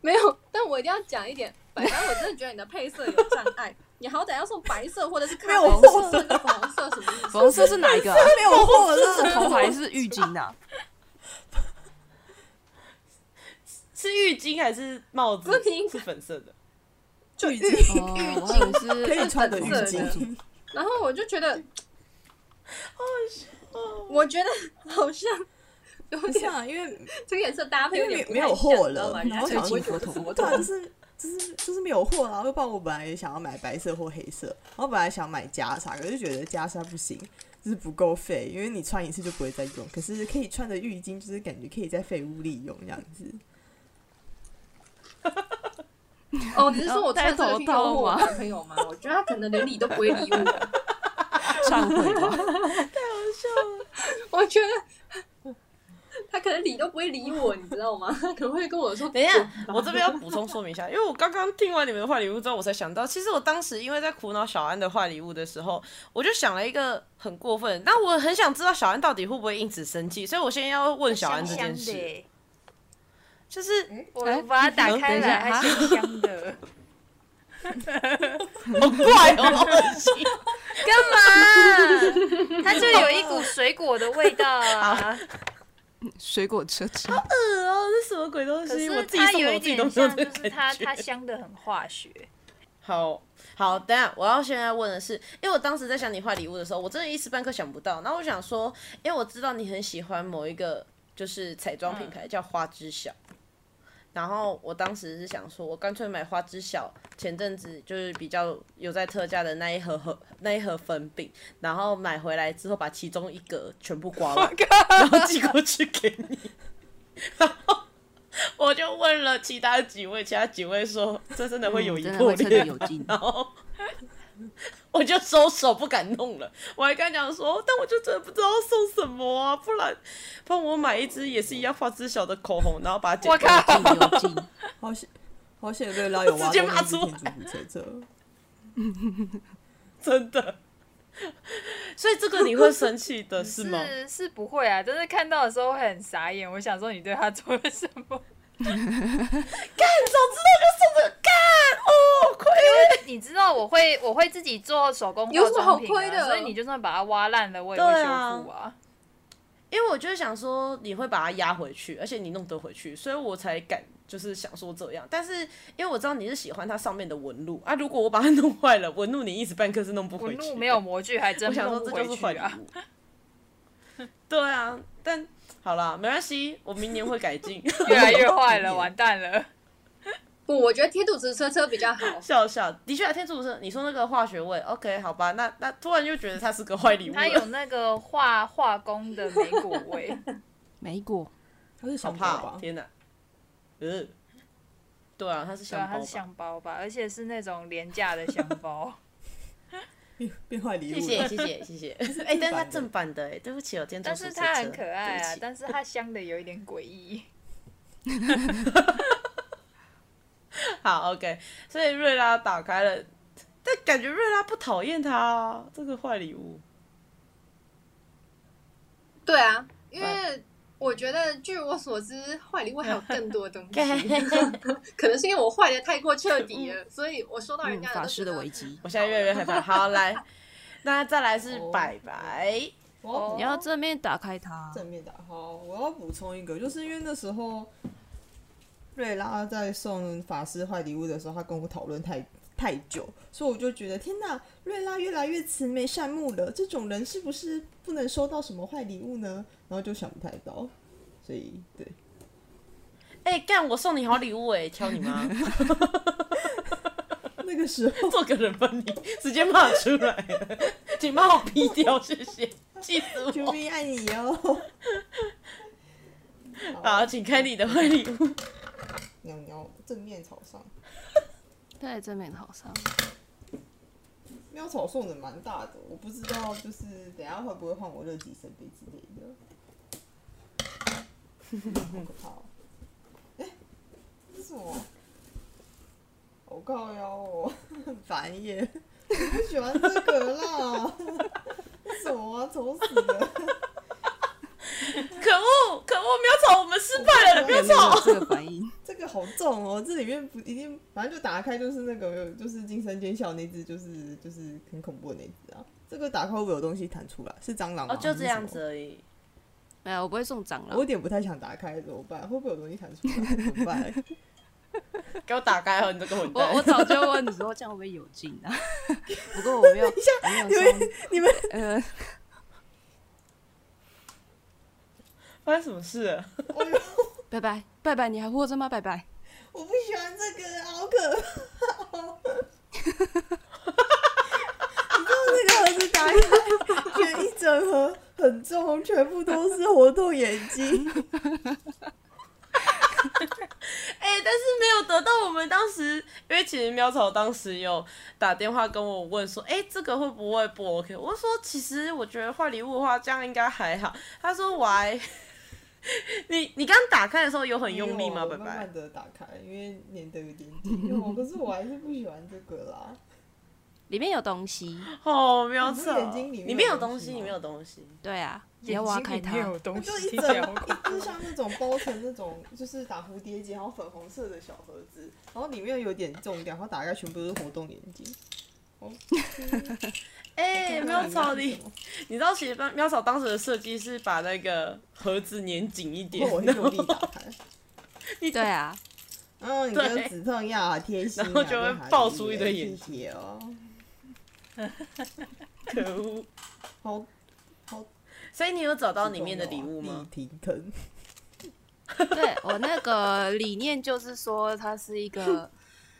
S4: 没有，但我一定要讲一点，反正我真的觉得你的配色有障碍，你好歹要送白色或者是咖
S3: 没有
S4: 啡
S3: 我
S4: 色或者是黄色什么的。
S5: 粉红色是哪一个啊？
S3: 没有货
S5: 是
S3: 了，
S5: 头还是浴巾啊？
S1: 是浴巾还是帽子
S4: 不是你？
S1: 是粉色的。
S3: 就 已
S5: 哦，
S3: 经
S5: 我还以为
S3: 可
S5: 是
S3: 以穿的浴
S4: 粉色
S3: 巾。
S4: 然后我就觉得，我觉得好像有
S3: 不是
S4: 点
S3: 啊，因为
S4: 这个颜色搭配
S3: 因
S4: 有
S3: 为
S4: 点
S3: 没没有货了，然
S4: 然
S3: 后
S4: 后
S3: 想
S4: 想
S3: 说
S4: 说
S3: 就是
S4: 怎么
S3: 对啊，就是就是就是没有货啦。要不然我本来也想要买白色或黑色，然后本来想买袈裟，可是觉得袈裟不行，就是不够费，因为你穿一次就不会再用。可是可以穿的浴巾，就是感觉可以在废物利用这样子。
S4: 哦，你是说我穿这个去诱惑我
S5: 戴头套吗
S4: 男朋友吗？我觉得他可能连理都不会理我，
S5: 忏悔吧？
S4: 我觉得他可能理都不会理我，你知道吗？他可能会跟我 说，
S1: 等一下，我这边要补充说明一下，因为我刚刚听完你们的坏礼物之后，我才想到，其实我当时因为在苦恼小安的坏礼物的时候，我就想了一个很过分，但我 很想知道小安到底会不会因此生气，所以我先要问小安这件事。
S2: 香香的 就是我
S5: 哎
S2: 把它打开
S5: 等一
S2: 来
S5: 下
S2: 还是香的，
S1: 好怪哦！
S2: 干 嘛？它就有一股水果的味道啊，
S5: 水果车车，
S1: 呃哦，这什么鬼东
S2: 可
S1: 西？我
S2: 是
S1: 自己
S2: 它
S1: 送的，
S2: 有
S1: 我
S2: 一
S1: 自己
S2: 点
S1: 都没有
S2: 像，
S1: 这
S2: 就
S1: 个
S2: 是它
S1: 感觉
S2: 它香的很化学，
S1: 好好，等一下我要现在问的是，因为我当时在想你坏礼物的时候，我真的一时半刻想不到。然后我想说，因为我知道你很喜欢某一个就是彩妆
S5: 嗯
S1: 品牌叫花知晓，然后我当时是想说，我干脆买花知晓前阵子就是比较有在特价的那一盒盒那一盒粉饼，然后买回来之后把其中一格全部刮完，然后寄过去给你，然后。我就问了其他几位，其他几位说这真的会有
S5: 嗯
S1: 一
S5: 真的
S1: 破
S5: 会彻底
S1: 裂
S5: 有
S1: 吗
S5: 劲
S1: 然后 我就收手不敢弄了。我还跟他讲说，但我就真的不知道送什么啊，不然帮我买一支也是一样花知晓的口红，然后把它剪
S2: 我
S1: 掉。
S2: 靠，
S5: 有劲有劲，
S3: 好险，好险！瑞 拉有挖
S1: 直接
S3: 到
S1: 骂
S3: 那只
S1: 出
S3: 天竺鼠车车，
S1: 真的。所以这个你会生气 的是吗？
S2: 是是不会啊，但是看到的时候会很傻眼。我想说你对它做了什么？
S1: 早知道就送这个干哦，亏了。
S2: 你知道我会我会自己做手工化
S4: 有什么
S2: 妆品、啊，
S4: 好亏的
S2: 所以你就算把它挖烂了，我也会
S1: 对
S2: 修
S1: 啊
S2: 复啊。
S1: 因为我就是想说你会把它压回去，而且你弄得回去，所以我才敢就是想说这样。但是因为我知道你是喜欢它上面的纹路啊，如果我把它弄坏了，纹路你一时半刻是弄不
S2: 纹
S1: 回去。
S2: 路没有模具，还真
S1: 我想
S2: 弄
S1: 说
S2: 不
S1: 这
S2: 回
S1: 就是坏
S2: 去
S1: 礼
S2: 啊。
S1: 物。 对啊，但好啦，没关系，我明年会改 进。。
S2: 越来越坏 了，完蛋了。
S4: 不，我觉得贴肚子车车比较好
S1: 笑笑，的确啊，天竺鼠，你说那个化学味，OK，好吧，那那突然就觉得它是个坏礼物
S2: 它有
S1: 了。
S2: 那个化化工的莓果味，
S5: 梅果
S3: 它是
S1: 好
S3: 小
S1: 怕
S3: 怕
S1: 哦
S3: 吧，？
S1: 天哪！呃，对啊，它是
S2: 对
S1: 香
S2: 啊，它
S1: 包
S2: 是
S1: 吧？
S2: 香包吧，而且是那种廉价的香包。
S3: 变变坏礼
S1: 谢
S3: 物
S1: 谢
S3: 了，
S1: 谢谢谢 谢。哎、但是它正版的哎、对不起哦，天竺
S2: 但
S1: 鼠
S2: 是
S1: 车车。
S2: 它很可爱
S1: 对
S2: 啊
S1: 不，起
S2: 但是它香的有一点诡异。
S1: 好 OK，所以瑞拉打开了，但感觉瑞拉不讨厌它、啊、这个坏礼 物。
S4: 对啊，因为我觉得据我所知，坏礼物还有更多东西， 可能是因为我坏的太过彻底了，所以我收到人
S5: 嗯，
S4: 家
S5: 法
S4: 都觉
S5: 师
S4: 得
S5: 的危机。
S1: 我现在越来越害怕。好，来， 那再来是白白，
S2: 哦
S5: 你要正面打 开它，
S3: 正面的。好，我要补充一个，就是因为那时候瑞拉在送法师坏礼物的时候，她跟我讨论太太久，所以我就觉得天哪，瑞拉越来越慈眉善目了，这种人是不是不能收到什么坏礼物呢？然后就想不太到，所以对，
S1: 哎、干，我送你好礼物哎、挑你 妈，
S3: 那个时候
S1: 做个人分离，直接骂出来， 请帮我逼掉，谢谢，气死
S3: 救
S1: 我。
S3: 命爱你哦，
S1: 好，请开你的坏礼 物。
S3: 鸟鸟正面朝上。
S5: 对，正面好上。
S3: 喵草送的蛮大的，我不知道就是等一下会不会换我热几生杯之类的。 好可怕哦！哎、这是什么？好靠腰哦， 很烦耶！我不喜欢这个啦， 这什么啊，丑死了！
S1: 可恶，可恶，苗草，我们失败了，苗草。
S5: 这个反应，
S3: 这个好重哦，这里面不一定，反正就打开就是那个就是惊声尖笑那只，就是就是很恐怖的那只啊。这个打开会不会有东西弹出来？是蟑螂吗？
S1: 哦，就这样
S3: 还是什么
S1: 子而已。
S5: 没 有，我不会送蟑
S3: 我有
S5: 螂。
S3: 点不太想打开，怎么办？会不会有东西弹出来？怎么办？
S1: 给我打开哦，你这个混
S5: 我
S1: 蛋！
S5: 我早就问你说这样会不会有劲啊？不过我没有，我没有送。
S3: 你们
S5: 呃，
S1: 发生什么事了？
S3: 哎呦，
S5: 拜拜拜拜，你还活着吗？拜拜。
S3: 我不喜欢这个，好可怕、 哦！你知道这个盒子打开，全一整盒很重，哦全部都是活动眼睛。
S1: 哎、但是没有得到我们当时，因为其实喵草当时有打电话跟我问说，哎、这个会不会不 OK？我说其实我觉得换礼物的话，这样应该还好。他说喂， 你你刚打开的时候有很用力吗？
S3: 没有
S1: 拜
S3: 我哎慢
S1: 拜
S3: 慢。的打开，因为粘的有点紧。因为我可是我还是不喜欢这个啦。
S5: 里面有东西，
S1: 好渺
S3: 哦你
S1: 小，
S3: 说眼睛里面有
S1: 哦里面有东
S3: 东西
S1: 西，
S3: 吗
S1: 里面有东西，
S5: 对啊，你要
S2: 眼
S5: 挖
S2: 睛
S5: 开
S2: 里
S5: 它
S2: 面。 有 东
S3: 就一
S2: 西，
S3: 整，
S1: 啊
S3: 一就像那种包成那种，就是打蝴蝶结，然后粉红色的小盒子，然后里面有点重量，然后打开全部都是活动眼睛。
S1: 哎、
S3: 看
S1: 喵
S3: 看
S1: 草
S3: 里面是什
S1: 你
S3: 么，
S1: 你知道其实喵喵草当时的设计是把那个盒子粘紧一点
S3: 然哦 后，我
S1: 然
S3: 用
S1: 后
S3: 力啊打开，
S5: 对啊，
S3: 嗯，你
S1: 对
S3: 跟止痛药啊，贴心啊，
S1: 然后就
S3: 对
S1: 会
S3: 啊
S1: 爆出一堆
S3: 谢
S1: 眼
S3: 谢哦，
S1: 可恶。
S3: 好
S1: 所以你有找到里面的礼物
S3: 止痛药啊
S1: 吗？
S3: 地提坑，
S5: 对我那个理念就是说，它是一个，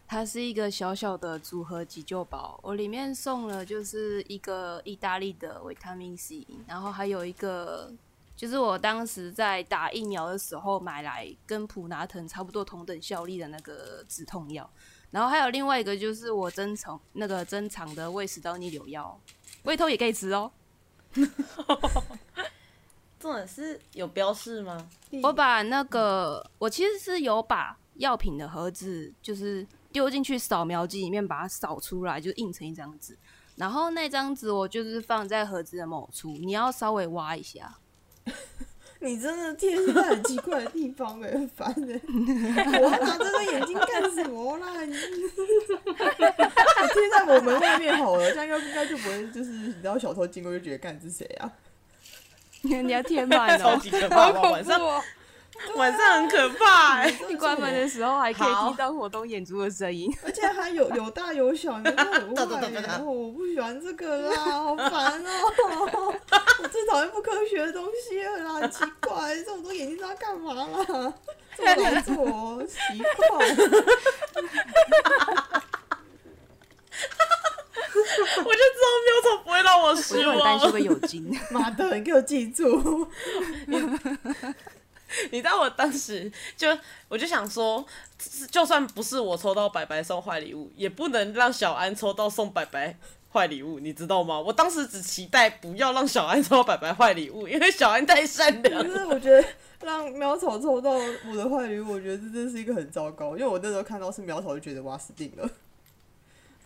S5: 它是一个小小的组合急救包。我里面送了就是一个意大利的维他命 C，然后还有一个就是我当时在打疫苗的时候买来跟普拿疼差不多同等效力的那个止痛药，然后还有另外一个就是我珍藏那个珍藏的胃食道逆流药，胃痛也可以吃哦。
S1: 重点是有标示吗？
S5: 我把那个，我其实是有把药品的盒子，就是丢进去扫描机里面，把它扫出来，就印成一张纸。然后那张纸我就是放在盒子的某处，你要稍微挖一 下。
S3: 你真的贴心在很奇怪的地方哎，很烦 哎！我还拿这个眼睛干什么啦？你我贴在我门外面好了，这样应该应该就不会就是你知道小偷经过就觉得干是谁啊？
S5: 你要填满
S1: 超
S5: 哦，
S1: 级可怕
S5: 好
S1: 吧，
S5: 恐
S1: 晚
S5: 怖
S1: 上
S5: 哦！
S1: 晚上很可怕、欸。
S5: 你关门的时候还可以
S1: 好
S5: 听到活动眼珠的声音。
S3: 而且还有有大有小，你知道我
S1: 哒哒哒
S3: 坏
S1: 哒
S3: 耶
S1: 哒
S3: 哦，我不喜欢这个啦，好烦哦！我最讨厌不科学的东西了啦，很奇怪，这么多眼睛知道干嘛啦？这么难做哦，奇 怪。
S1: 我就知道喵草不会让我
S5: 我
S1: 失
S5: 就很担心
S1: 望。
S5: 会有 金。
S3: 妈的，你给我记住！
S1: 你知道我当时就我就想说，就算不是我抽到白白送坏礼物，也不能让小安抽到送白白坏礼物，你知道吗？我当时只期待不要让小安抽到白白坏礼物，因为小安太 善良
S3: 可
S5: 嗯
S1: 了。
S3: 是我觉得让苗草抽到我的坏礼物，我觉得这真是一个很糟糕，因为我那时候看到是苗草就觉得哇死定了，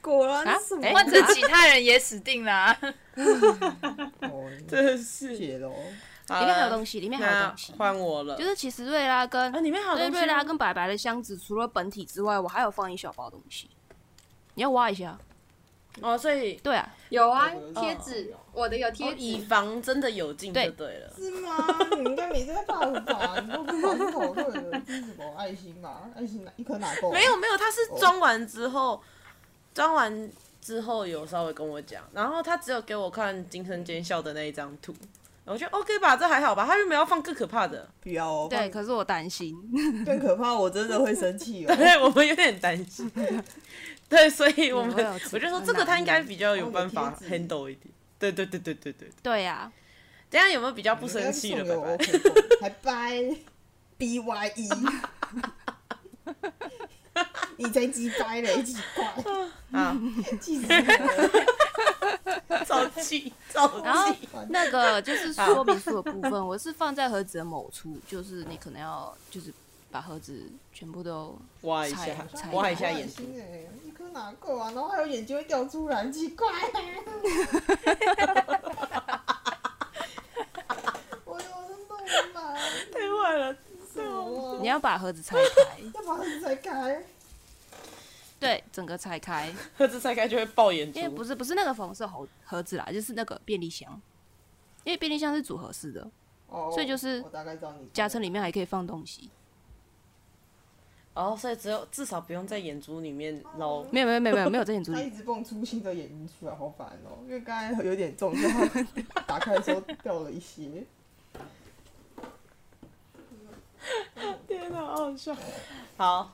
S3: 果然
S5: 啊
S3: 是我
S5: 哎
S2: 换成其他人也死定啦、
S3: 哦，
S1: 真的是，
S3: 解喽，
S1: 好
S5: 里面还有
S1: 了，
S5: 东西，里面还有
S1: 那
S5: 东西。
S1: 换我了。
S5: 就是其实瑞拉跟
S1: 啊，里面还有
S5: 对
S1: 东西吗
S5: 瑞拉跟白白的箱子，除了本体之外，我还有放一小包东西。你要挖一下。
S1: 哦，所以
S5: 对啊，
S4: 有啊
S3: 我的，
S4: 贴纸，我的有
S1: 哦
S4: 贴
S1: 以
S4: 纸，
S1: 防真的有进就
S5: 对
S1: 对了。
S3: 是吗？你应该没在犯法，你又不是很好客的，这是什么爱心嘛？爱心哪一颗哪够？啊
S1: 没有没有，他是装完之后，装完之后有稍微跟我讲，然后他只有给我看惊声尖笑的那一张图，然后我就 OK 吧，这还好吧，他原本要放更可怕的，
S3: 不要哦，
S5: 对，可是我担心。
S3: 更可怕，我真的会生气哦。
S1: 对我们有点担心， 对，所以我们
S5: 我有自
S1: 我就说
S5: 很
S1: 这个他
S5: 满意
S1: 应该比较有
S3: 哦
S1: 办
S3: 有
S1: 法
S3: 贴纸
S1: handle 一点，对对对对对对，
S5: 对呀、
S1: 这样有没有比较 不生气
S3: 了，
S1: 了？拜拜。
S3: 拜拜，B Y E，你才鸡掰嘞，奇怪，
S1: 啊，
S3: 气死我了！
S1: 超 气超
S5: 然后
S1: 气，
S5: 那个就是说明书的部分，我是放在盒子的某处，就是你可能要就是把盒子全部都
S1: 挖一
S5: 踩
S1: 下
S5: 踩
S1: 挖
S5: 看
S1: 一下眼睛，
S3: 睛哎，一颗哪够啊？然后还有眼睛会掉出来，奇 怪、我我都弄了吧，
S1: 太坏了，
S3: 什
S4: 哦
S3: 么、啊？
S5: 你要把盒子 拆开，
S3: 要把它拆开，
S5: 对，整个拆开，
S1: 盒子拆开就会爆眼
S5: 因为不
S1: 珠，
S5: 是不是那个粉红色盒盒子啦，就是那个便利箱，因为便利箱是组合式的，
S3: 哦，
S5: 所以就是
S3: 我大概知道你
S5: 夹层里面还可以放东西。
S1: 哦，所以只有至少不用在眼珠里面捞
S5: 没有没有没有没有没有在眼珠
S3: 他
S4: 哎
S3: 一
S5: 里，
S3: 直蹦出新的眼睛出来，好烦哦、因为刚才有点重，然后打开的时候掉了一 些。
S1: 天哪，好好笑。好，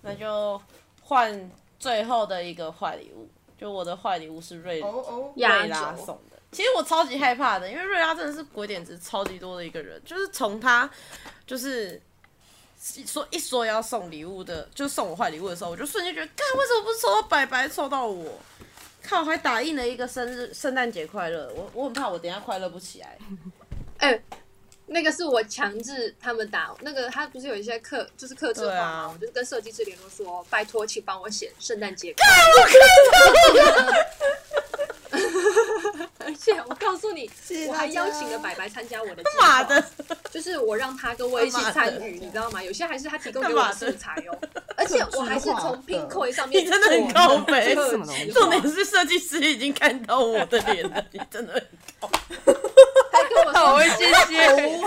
S1: 那就换最后的一个坏礼物，就我的坏礼物是瑞、
S3: 哦哦，
S4: 压
S1: 瑞拉送
S4: 轴
S1: 的。其实我超级害怕的，因为瑞拉真的是鬼点子超级多的一个人，就是从他就是说一说要送礼物的，就送我坏礼物的时候，我就瞬间觉得，干为什么不是抽到白白抽到我？看我还打印了一个生日圣诞节快乐，我我很怕我等一下快乐不起来。
S4: 哎，那个是我强制他们打，那个他不是有一些课就是课制化
S1: 对
S4: 嘛，
S1: 啊
S4: 我就是跟设计师联络说，拜托请帮我写圣诞节歌。 而且我告诉你，
S3: 谢
S4: 我
S3: 大
S4: 还
S3: 家
S4: 邀请了白白参加我的计
S1: 妈
S4: 划，
S1: 的，
S4: 就是我让他跟我一起参与，你知道吗？有些还是他提供给我的素材哦，而且我还是从 Pinkoi 上面
S1: 你真的很高
S5: 这
S1: 飞。
S5: 是什么东西？
S1: 重点是设计师已经看到我的脸了，你真的
S4: 还 跟 我
S2: 好
S4: 说
S2: 会谢谢。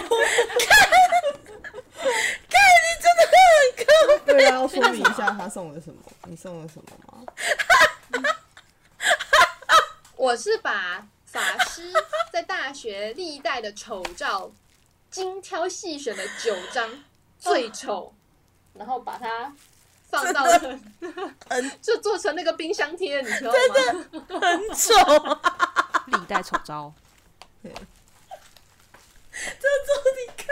S3: 对啊，要说明一下他送了 什么，你送了什么吗？
S4: 我是把法师在大学历代的丑照精挑细选了九 张最丑，然后把它放到了， 就做成那个冰箱贴，你知道吗？
S1: 很丑啊！
S5: 历代丑招，
S3: 对，
S1: 这周你看，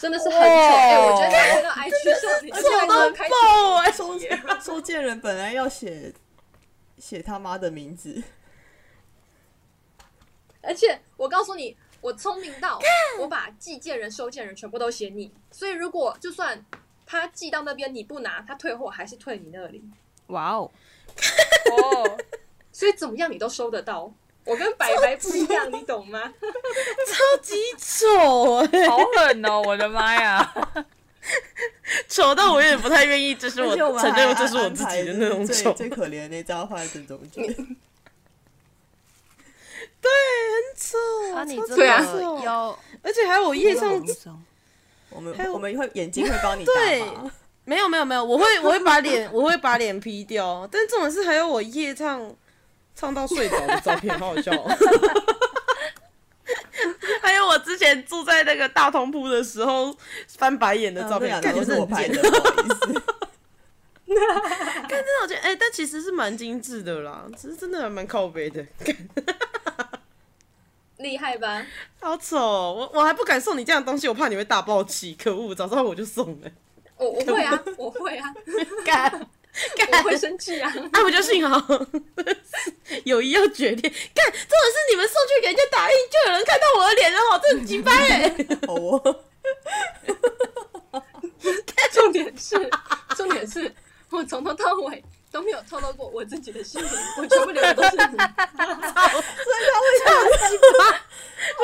S4: 真的是很丑。哎、我觉得看到 IG 上，你就
S1: 丑
S4: 会
S1: 到
S4: 开始
S1: 爆哎、
S3: 收收件人本来要写写他妈的名字，
S4: 而且我告诉你，我聪明到
S1: 嗯
S4: 我把寄件人、收件人全部都写你，所以如果就算他寄到那边你不拿，他退货还是退你那里，
S5: 哇哦，
S2: 哦，
S4: 所以怎么样你都收得到。我跟 白白不一样，你懂吗？
S1: 超级丑哎、
S2: 好狠哦！我的妈呀！
S1: 丑到我有点不太愿意，这是
S3: 而
S1: 我
S3: 且我们
S1: 承
S3: 还
S1: 认这是我自
S3: 安排
S1: 己的那种
S3: 最
S1: 丑，
S3: 最
S1: 对，
S3: 可怜的那张画在正中间，
S1: 很丑，
S5: 啊，你
S1: 超
S5: 真
S4: 对啊
S5: 的
S1: 丑
S5: 要
S1: 哦而且还有我夜上
S5: 上
S3: 我们
S1: 还有
S3: 我们会眼睛会帮你
S1: 对
S3: 打码，
S1: 没有没有没有，我会我会把脸 我会把脸 P 掉，但这种是还有我夜唱唱到睡着的照片，好好笑、 哦。还有我之前住在那个大通铺的时候翻白眼的照片，
S3: 这
S1: 嗯感
S3: 两张都
S1: 觉是
S3: 是我
S1: 很
S3: 拍
S1: 贱
S3: 的，。 不好意思。
S1: 但真的我觉得，哎、但其实是蛮精致的啦，只是真的还蛮靠背的，
S4: 厉害吧？
S1: 好丑哦、我我还不敢送你这样的东西，我怕你会大爆气。可恶，早知道我就送了。
S4: 我我会 啊，我会啊，
S1: 干，
S4: 我会生气 啊。
S1: 哎、我就幸好 友谊要决裂。干，这种是你们送去给人家打印，就有人看到我的脸了，好，这很鸡掰哎！
S3: 好哦，
S4: 重点是，重点是我从头到尾都没有透露过我自己的姓名，我全部留的都是 你。
S1: 啊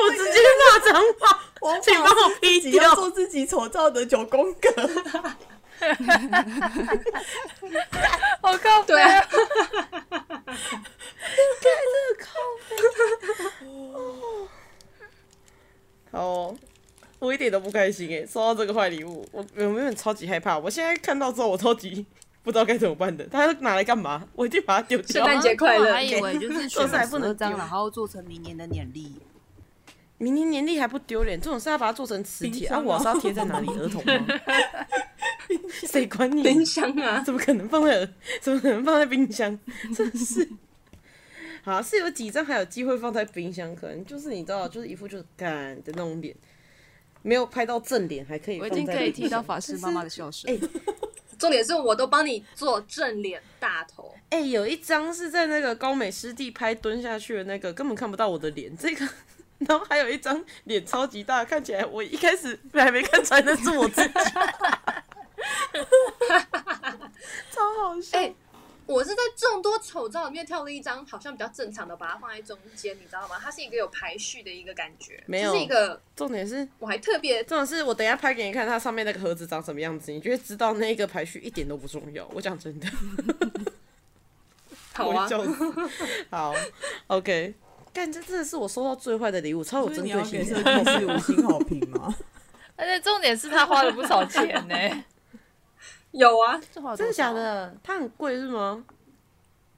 S1: 我直接骂脏话，
S3: 王
S1: 请
S3: 宝
S1: 帮我
S3: 自
S1: P 哦
S3: 己要
S1: 掉。
S3: 做自己丑照的九宫 格，
S2: 我靠！
S4: 对啊，
S1: 好哦、我一点都不开心哎，收到这个坏礼物，我我原本超级害怕，我现在看到之后，我超级不知道该怎么办的。他拿来干嘛？我一定把它丢掉
S4: 圣。诞节快乐
S5: 哦我还以为就是选
S1: 做菜
S5: 了
S1: 不
S5: 十
S1: 能丢
S5: 二张，然后做成明年的年历。
S1: 明年年历还不丢脸，这种事要把它做成磁
S3: 冰
S1: 铁啊！
S3: 箱
S1: 我
S3: 啊
S1: 是要贴在哪里？儿童吗？ 谁管你？
S4: 冰箱啊，
S1: 怎么可能放在耳？怎么可能放在冰箱？真是。好，是有几张还有机会放在冰箱，可能就是你知道，就是一副就是干的那种脸，没有拍到正脸，还可以。
S5: 我已经可以听到。法师妈妈的笑声。
S1: 哎
S4: 重点是我都帮你做正脸大头。
S1: 哎、有一张是在那个高美湿地拍蹲下去的那个，根本看不到我的脸。这个， 然后还有一张脸超级大，看起来我一开始还没看出来那是我自己，超好笑。
S4: 哎、我是在众多丑照里面挑了一张好像比较正常的，把它放在中间，你知道吗？它是一个有排序的一个感觉，
S1: 没有
S4: 这是一个
S1: 重点是
S4: 我还特别
S1: 这种事，我等一下拍给你看，它上面那个盒子长什么样子，你就会知道那个排序一点都不重要。我讲真的，
S4: 好
S1: 我
S4: 啊
S1: 会，笑死。好，OK，干这真的是我收到最坏的礼物，超
S3: 所
S1: 有
S3: 以
S1: 针
S3: 你要
S1: 对
S3: 给
S1: 性
S3: 设
S1: 的。
S3: 计师五星好评 吗？
S2: 而且重点是他花了不少钱 呢。
S4: 有啊，
S5: 这花了多
S1: 真
S5: 少
S1: 的假？的？它很贵是吗？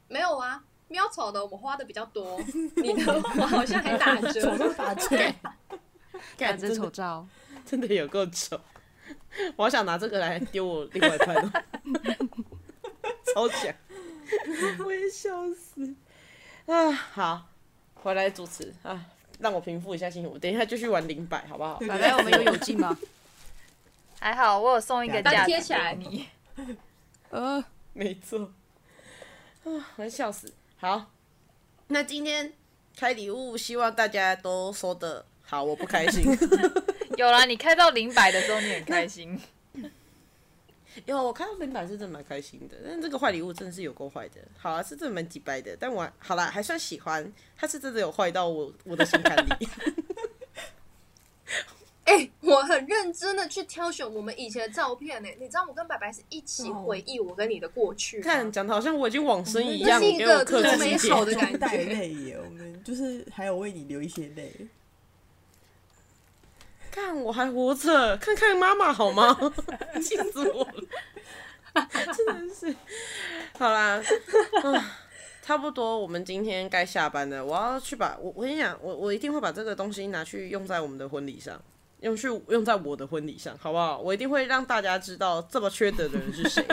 S4: 没有啊。喵草的我花的比较 多，你的我好像还打折，
S3: 打 拳，
S5: 感觉
S1: 真
S5: 丑
S1: 的
S5: 照，
S1: 真的有够丑，我好想拿这个来丢我另外一半 哦，超想，我也笑死啊！好，回来主持啊，让我平复一下心情，我等一下就去玩零百，好不好？
S5: 本来我们有有劲吗？
S2: 还好我有送一个
S4: 把它
S2: 架
S4: 贴
S2: 子
S4: 起来
S2: 给。你。
S5: 呃，
S1: 没错，啊，我要笑死。好，那今天开礼物，希望大家都收的好，我不开 心。
S2: 有啦，你开到零百的时候你很开心，
S1: 因为我看到零版是真的蛮开心的，但这个坏礼物真的是有够坏的。好啊，是真的蛮几掰的，但我还好啦，还算喜欢。它是真的有坏到我我的心坎 里。
S4: 哎、我很认真的去挑选我们以前的照片呢、欸你知道我跟白白是一起回忆我跟你的过去吗，
S1: 看讲的好像我已经往生一
S4: 那
S1: 样，
S4: 是一
S1: 给我
S4: 个
S1: 克
S4: 多
S1: 制
S4: 美
S1: 一
S4: 好
S1: 点。
S4: 的感
S3: 中带
S4: 觉。
S3: 泪耶，我们就是还有为你流一些泪。
S1: 看我还活着，看看妈妈好吗？ 气死我了，真的是。好啦，嗯差不多，我们今天该下班了。我要去把我我跟你讲，我我一定会把这个东西拿去用在我们的婚礼上，用去用在我的婚礼上，好不好？我一定会让大家知道这么缺德的人是谁。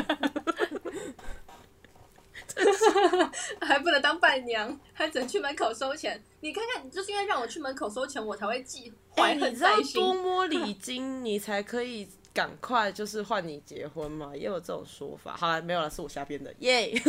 S4: 还不能当伴娘，还只能去门口收钱。你看看，你就是因为让我去门口收钱，我才会记怀
S1: 哎你
S4: 恨
S1: 知道
S4: 在心。
S1: 多摸 礼金，你才可以赶快就是换你结婚嘛，也有这种说法。好了，没有了，是我瞎编的，耶、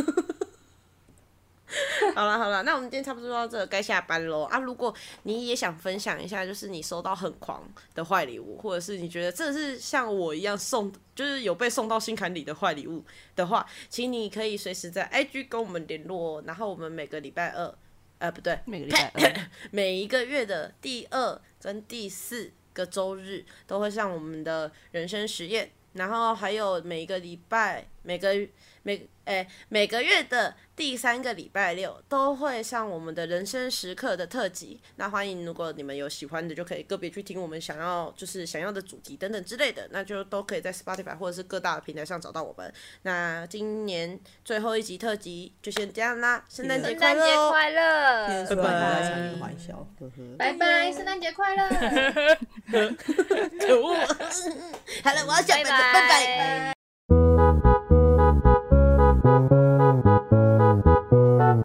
S1: 好了好了，那我们今天差不多到这，该下班喽啊！如果你也想分享一下，就是你收到很狂的坏礼物，或者是你觉得真的是像我一样送，就是有被送到心坎里的坏礼物的话，请你可以随时在 IG 跟我们联络哦。然后我们每个礼拜二，呃，不对，
S5: 每个礼拜二。
S1: 每一个月的第二跟第四个周日都会上我们的人生实验，然后还有每一个礼拜每个每诶、每个月的第三个礼拜六都会上我们的人生时刻的特辑。那欢迎，如果你们有喜欢的，就可以个别去听我们想要就是想要的主题等等之类的，那就都可以在 Spotify 或者是各大的平台上找到我们。那今年最后一集特辑就先这样啦，圣诞节
S2: 圣
S1: 快
S2: 诞
S1: 乐
S2: 节
S1: 哦！
S2: 快乐，
S3: 祝大家长日欢笑，呵呵。
S4: 拜拜，圣诞节快乐！
S1: 可恶！好了，我要讲
S2: 拜
S1: 拜拜拜。
S2: 拜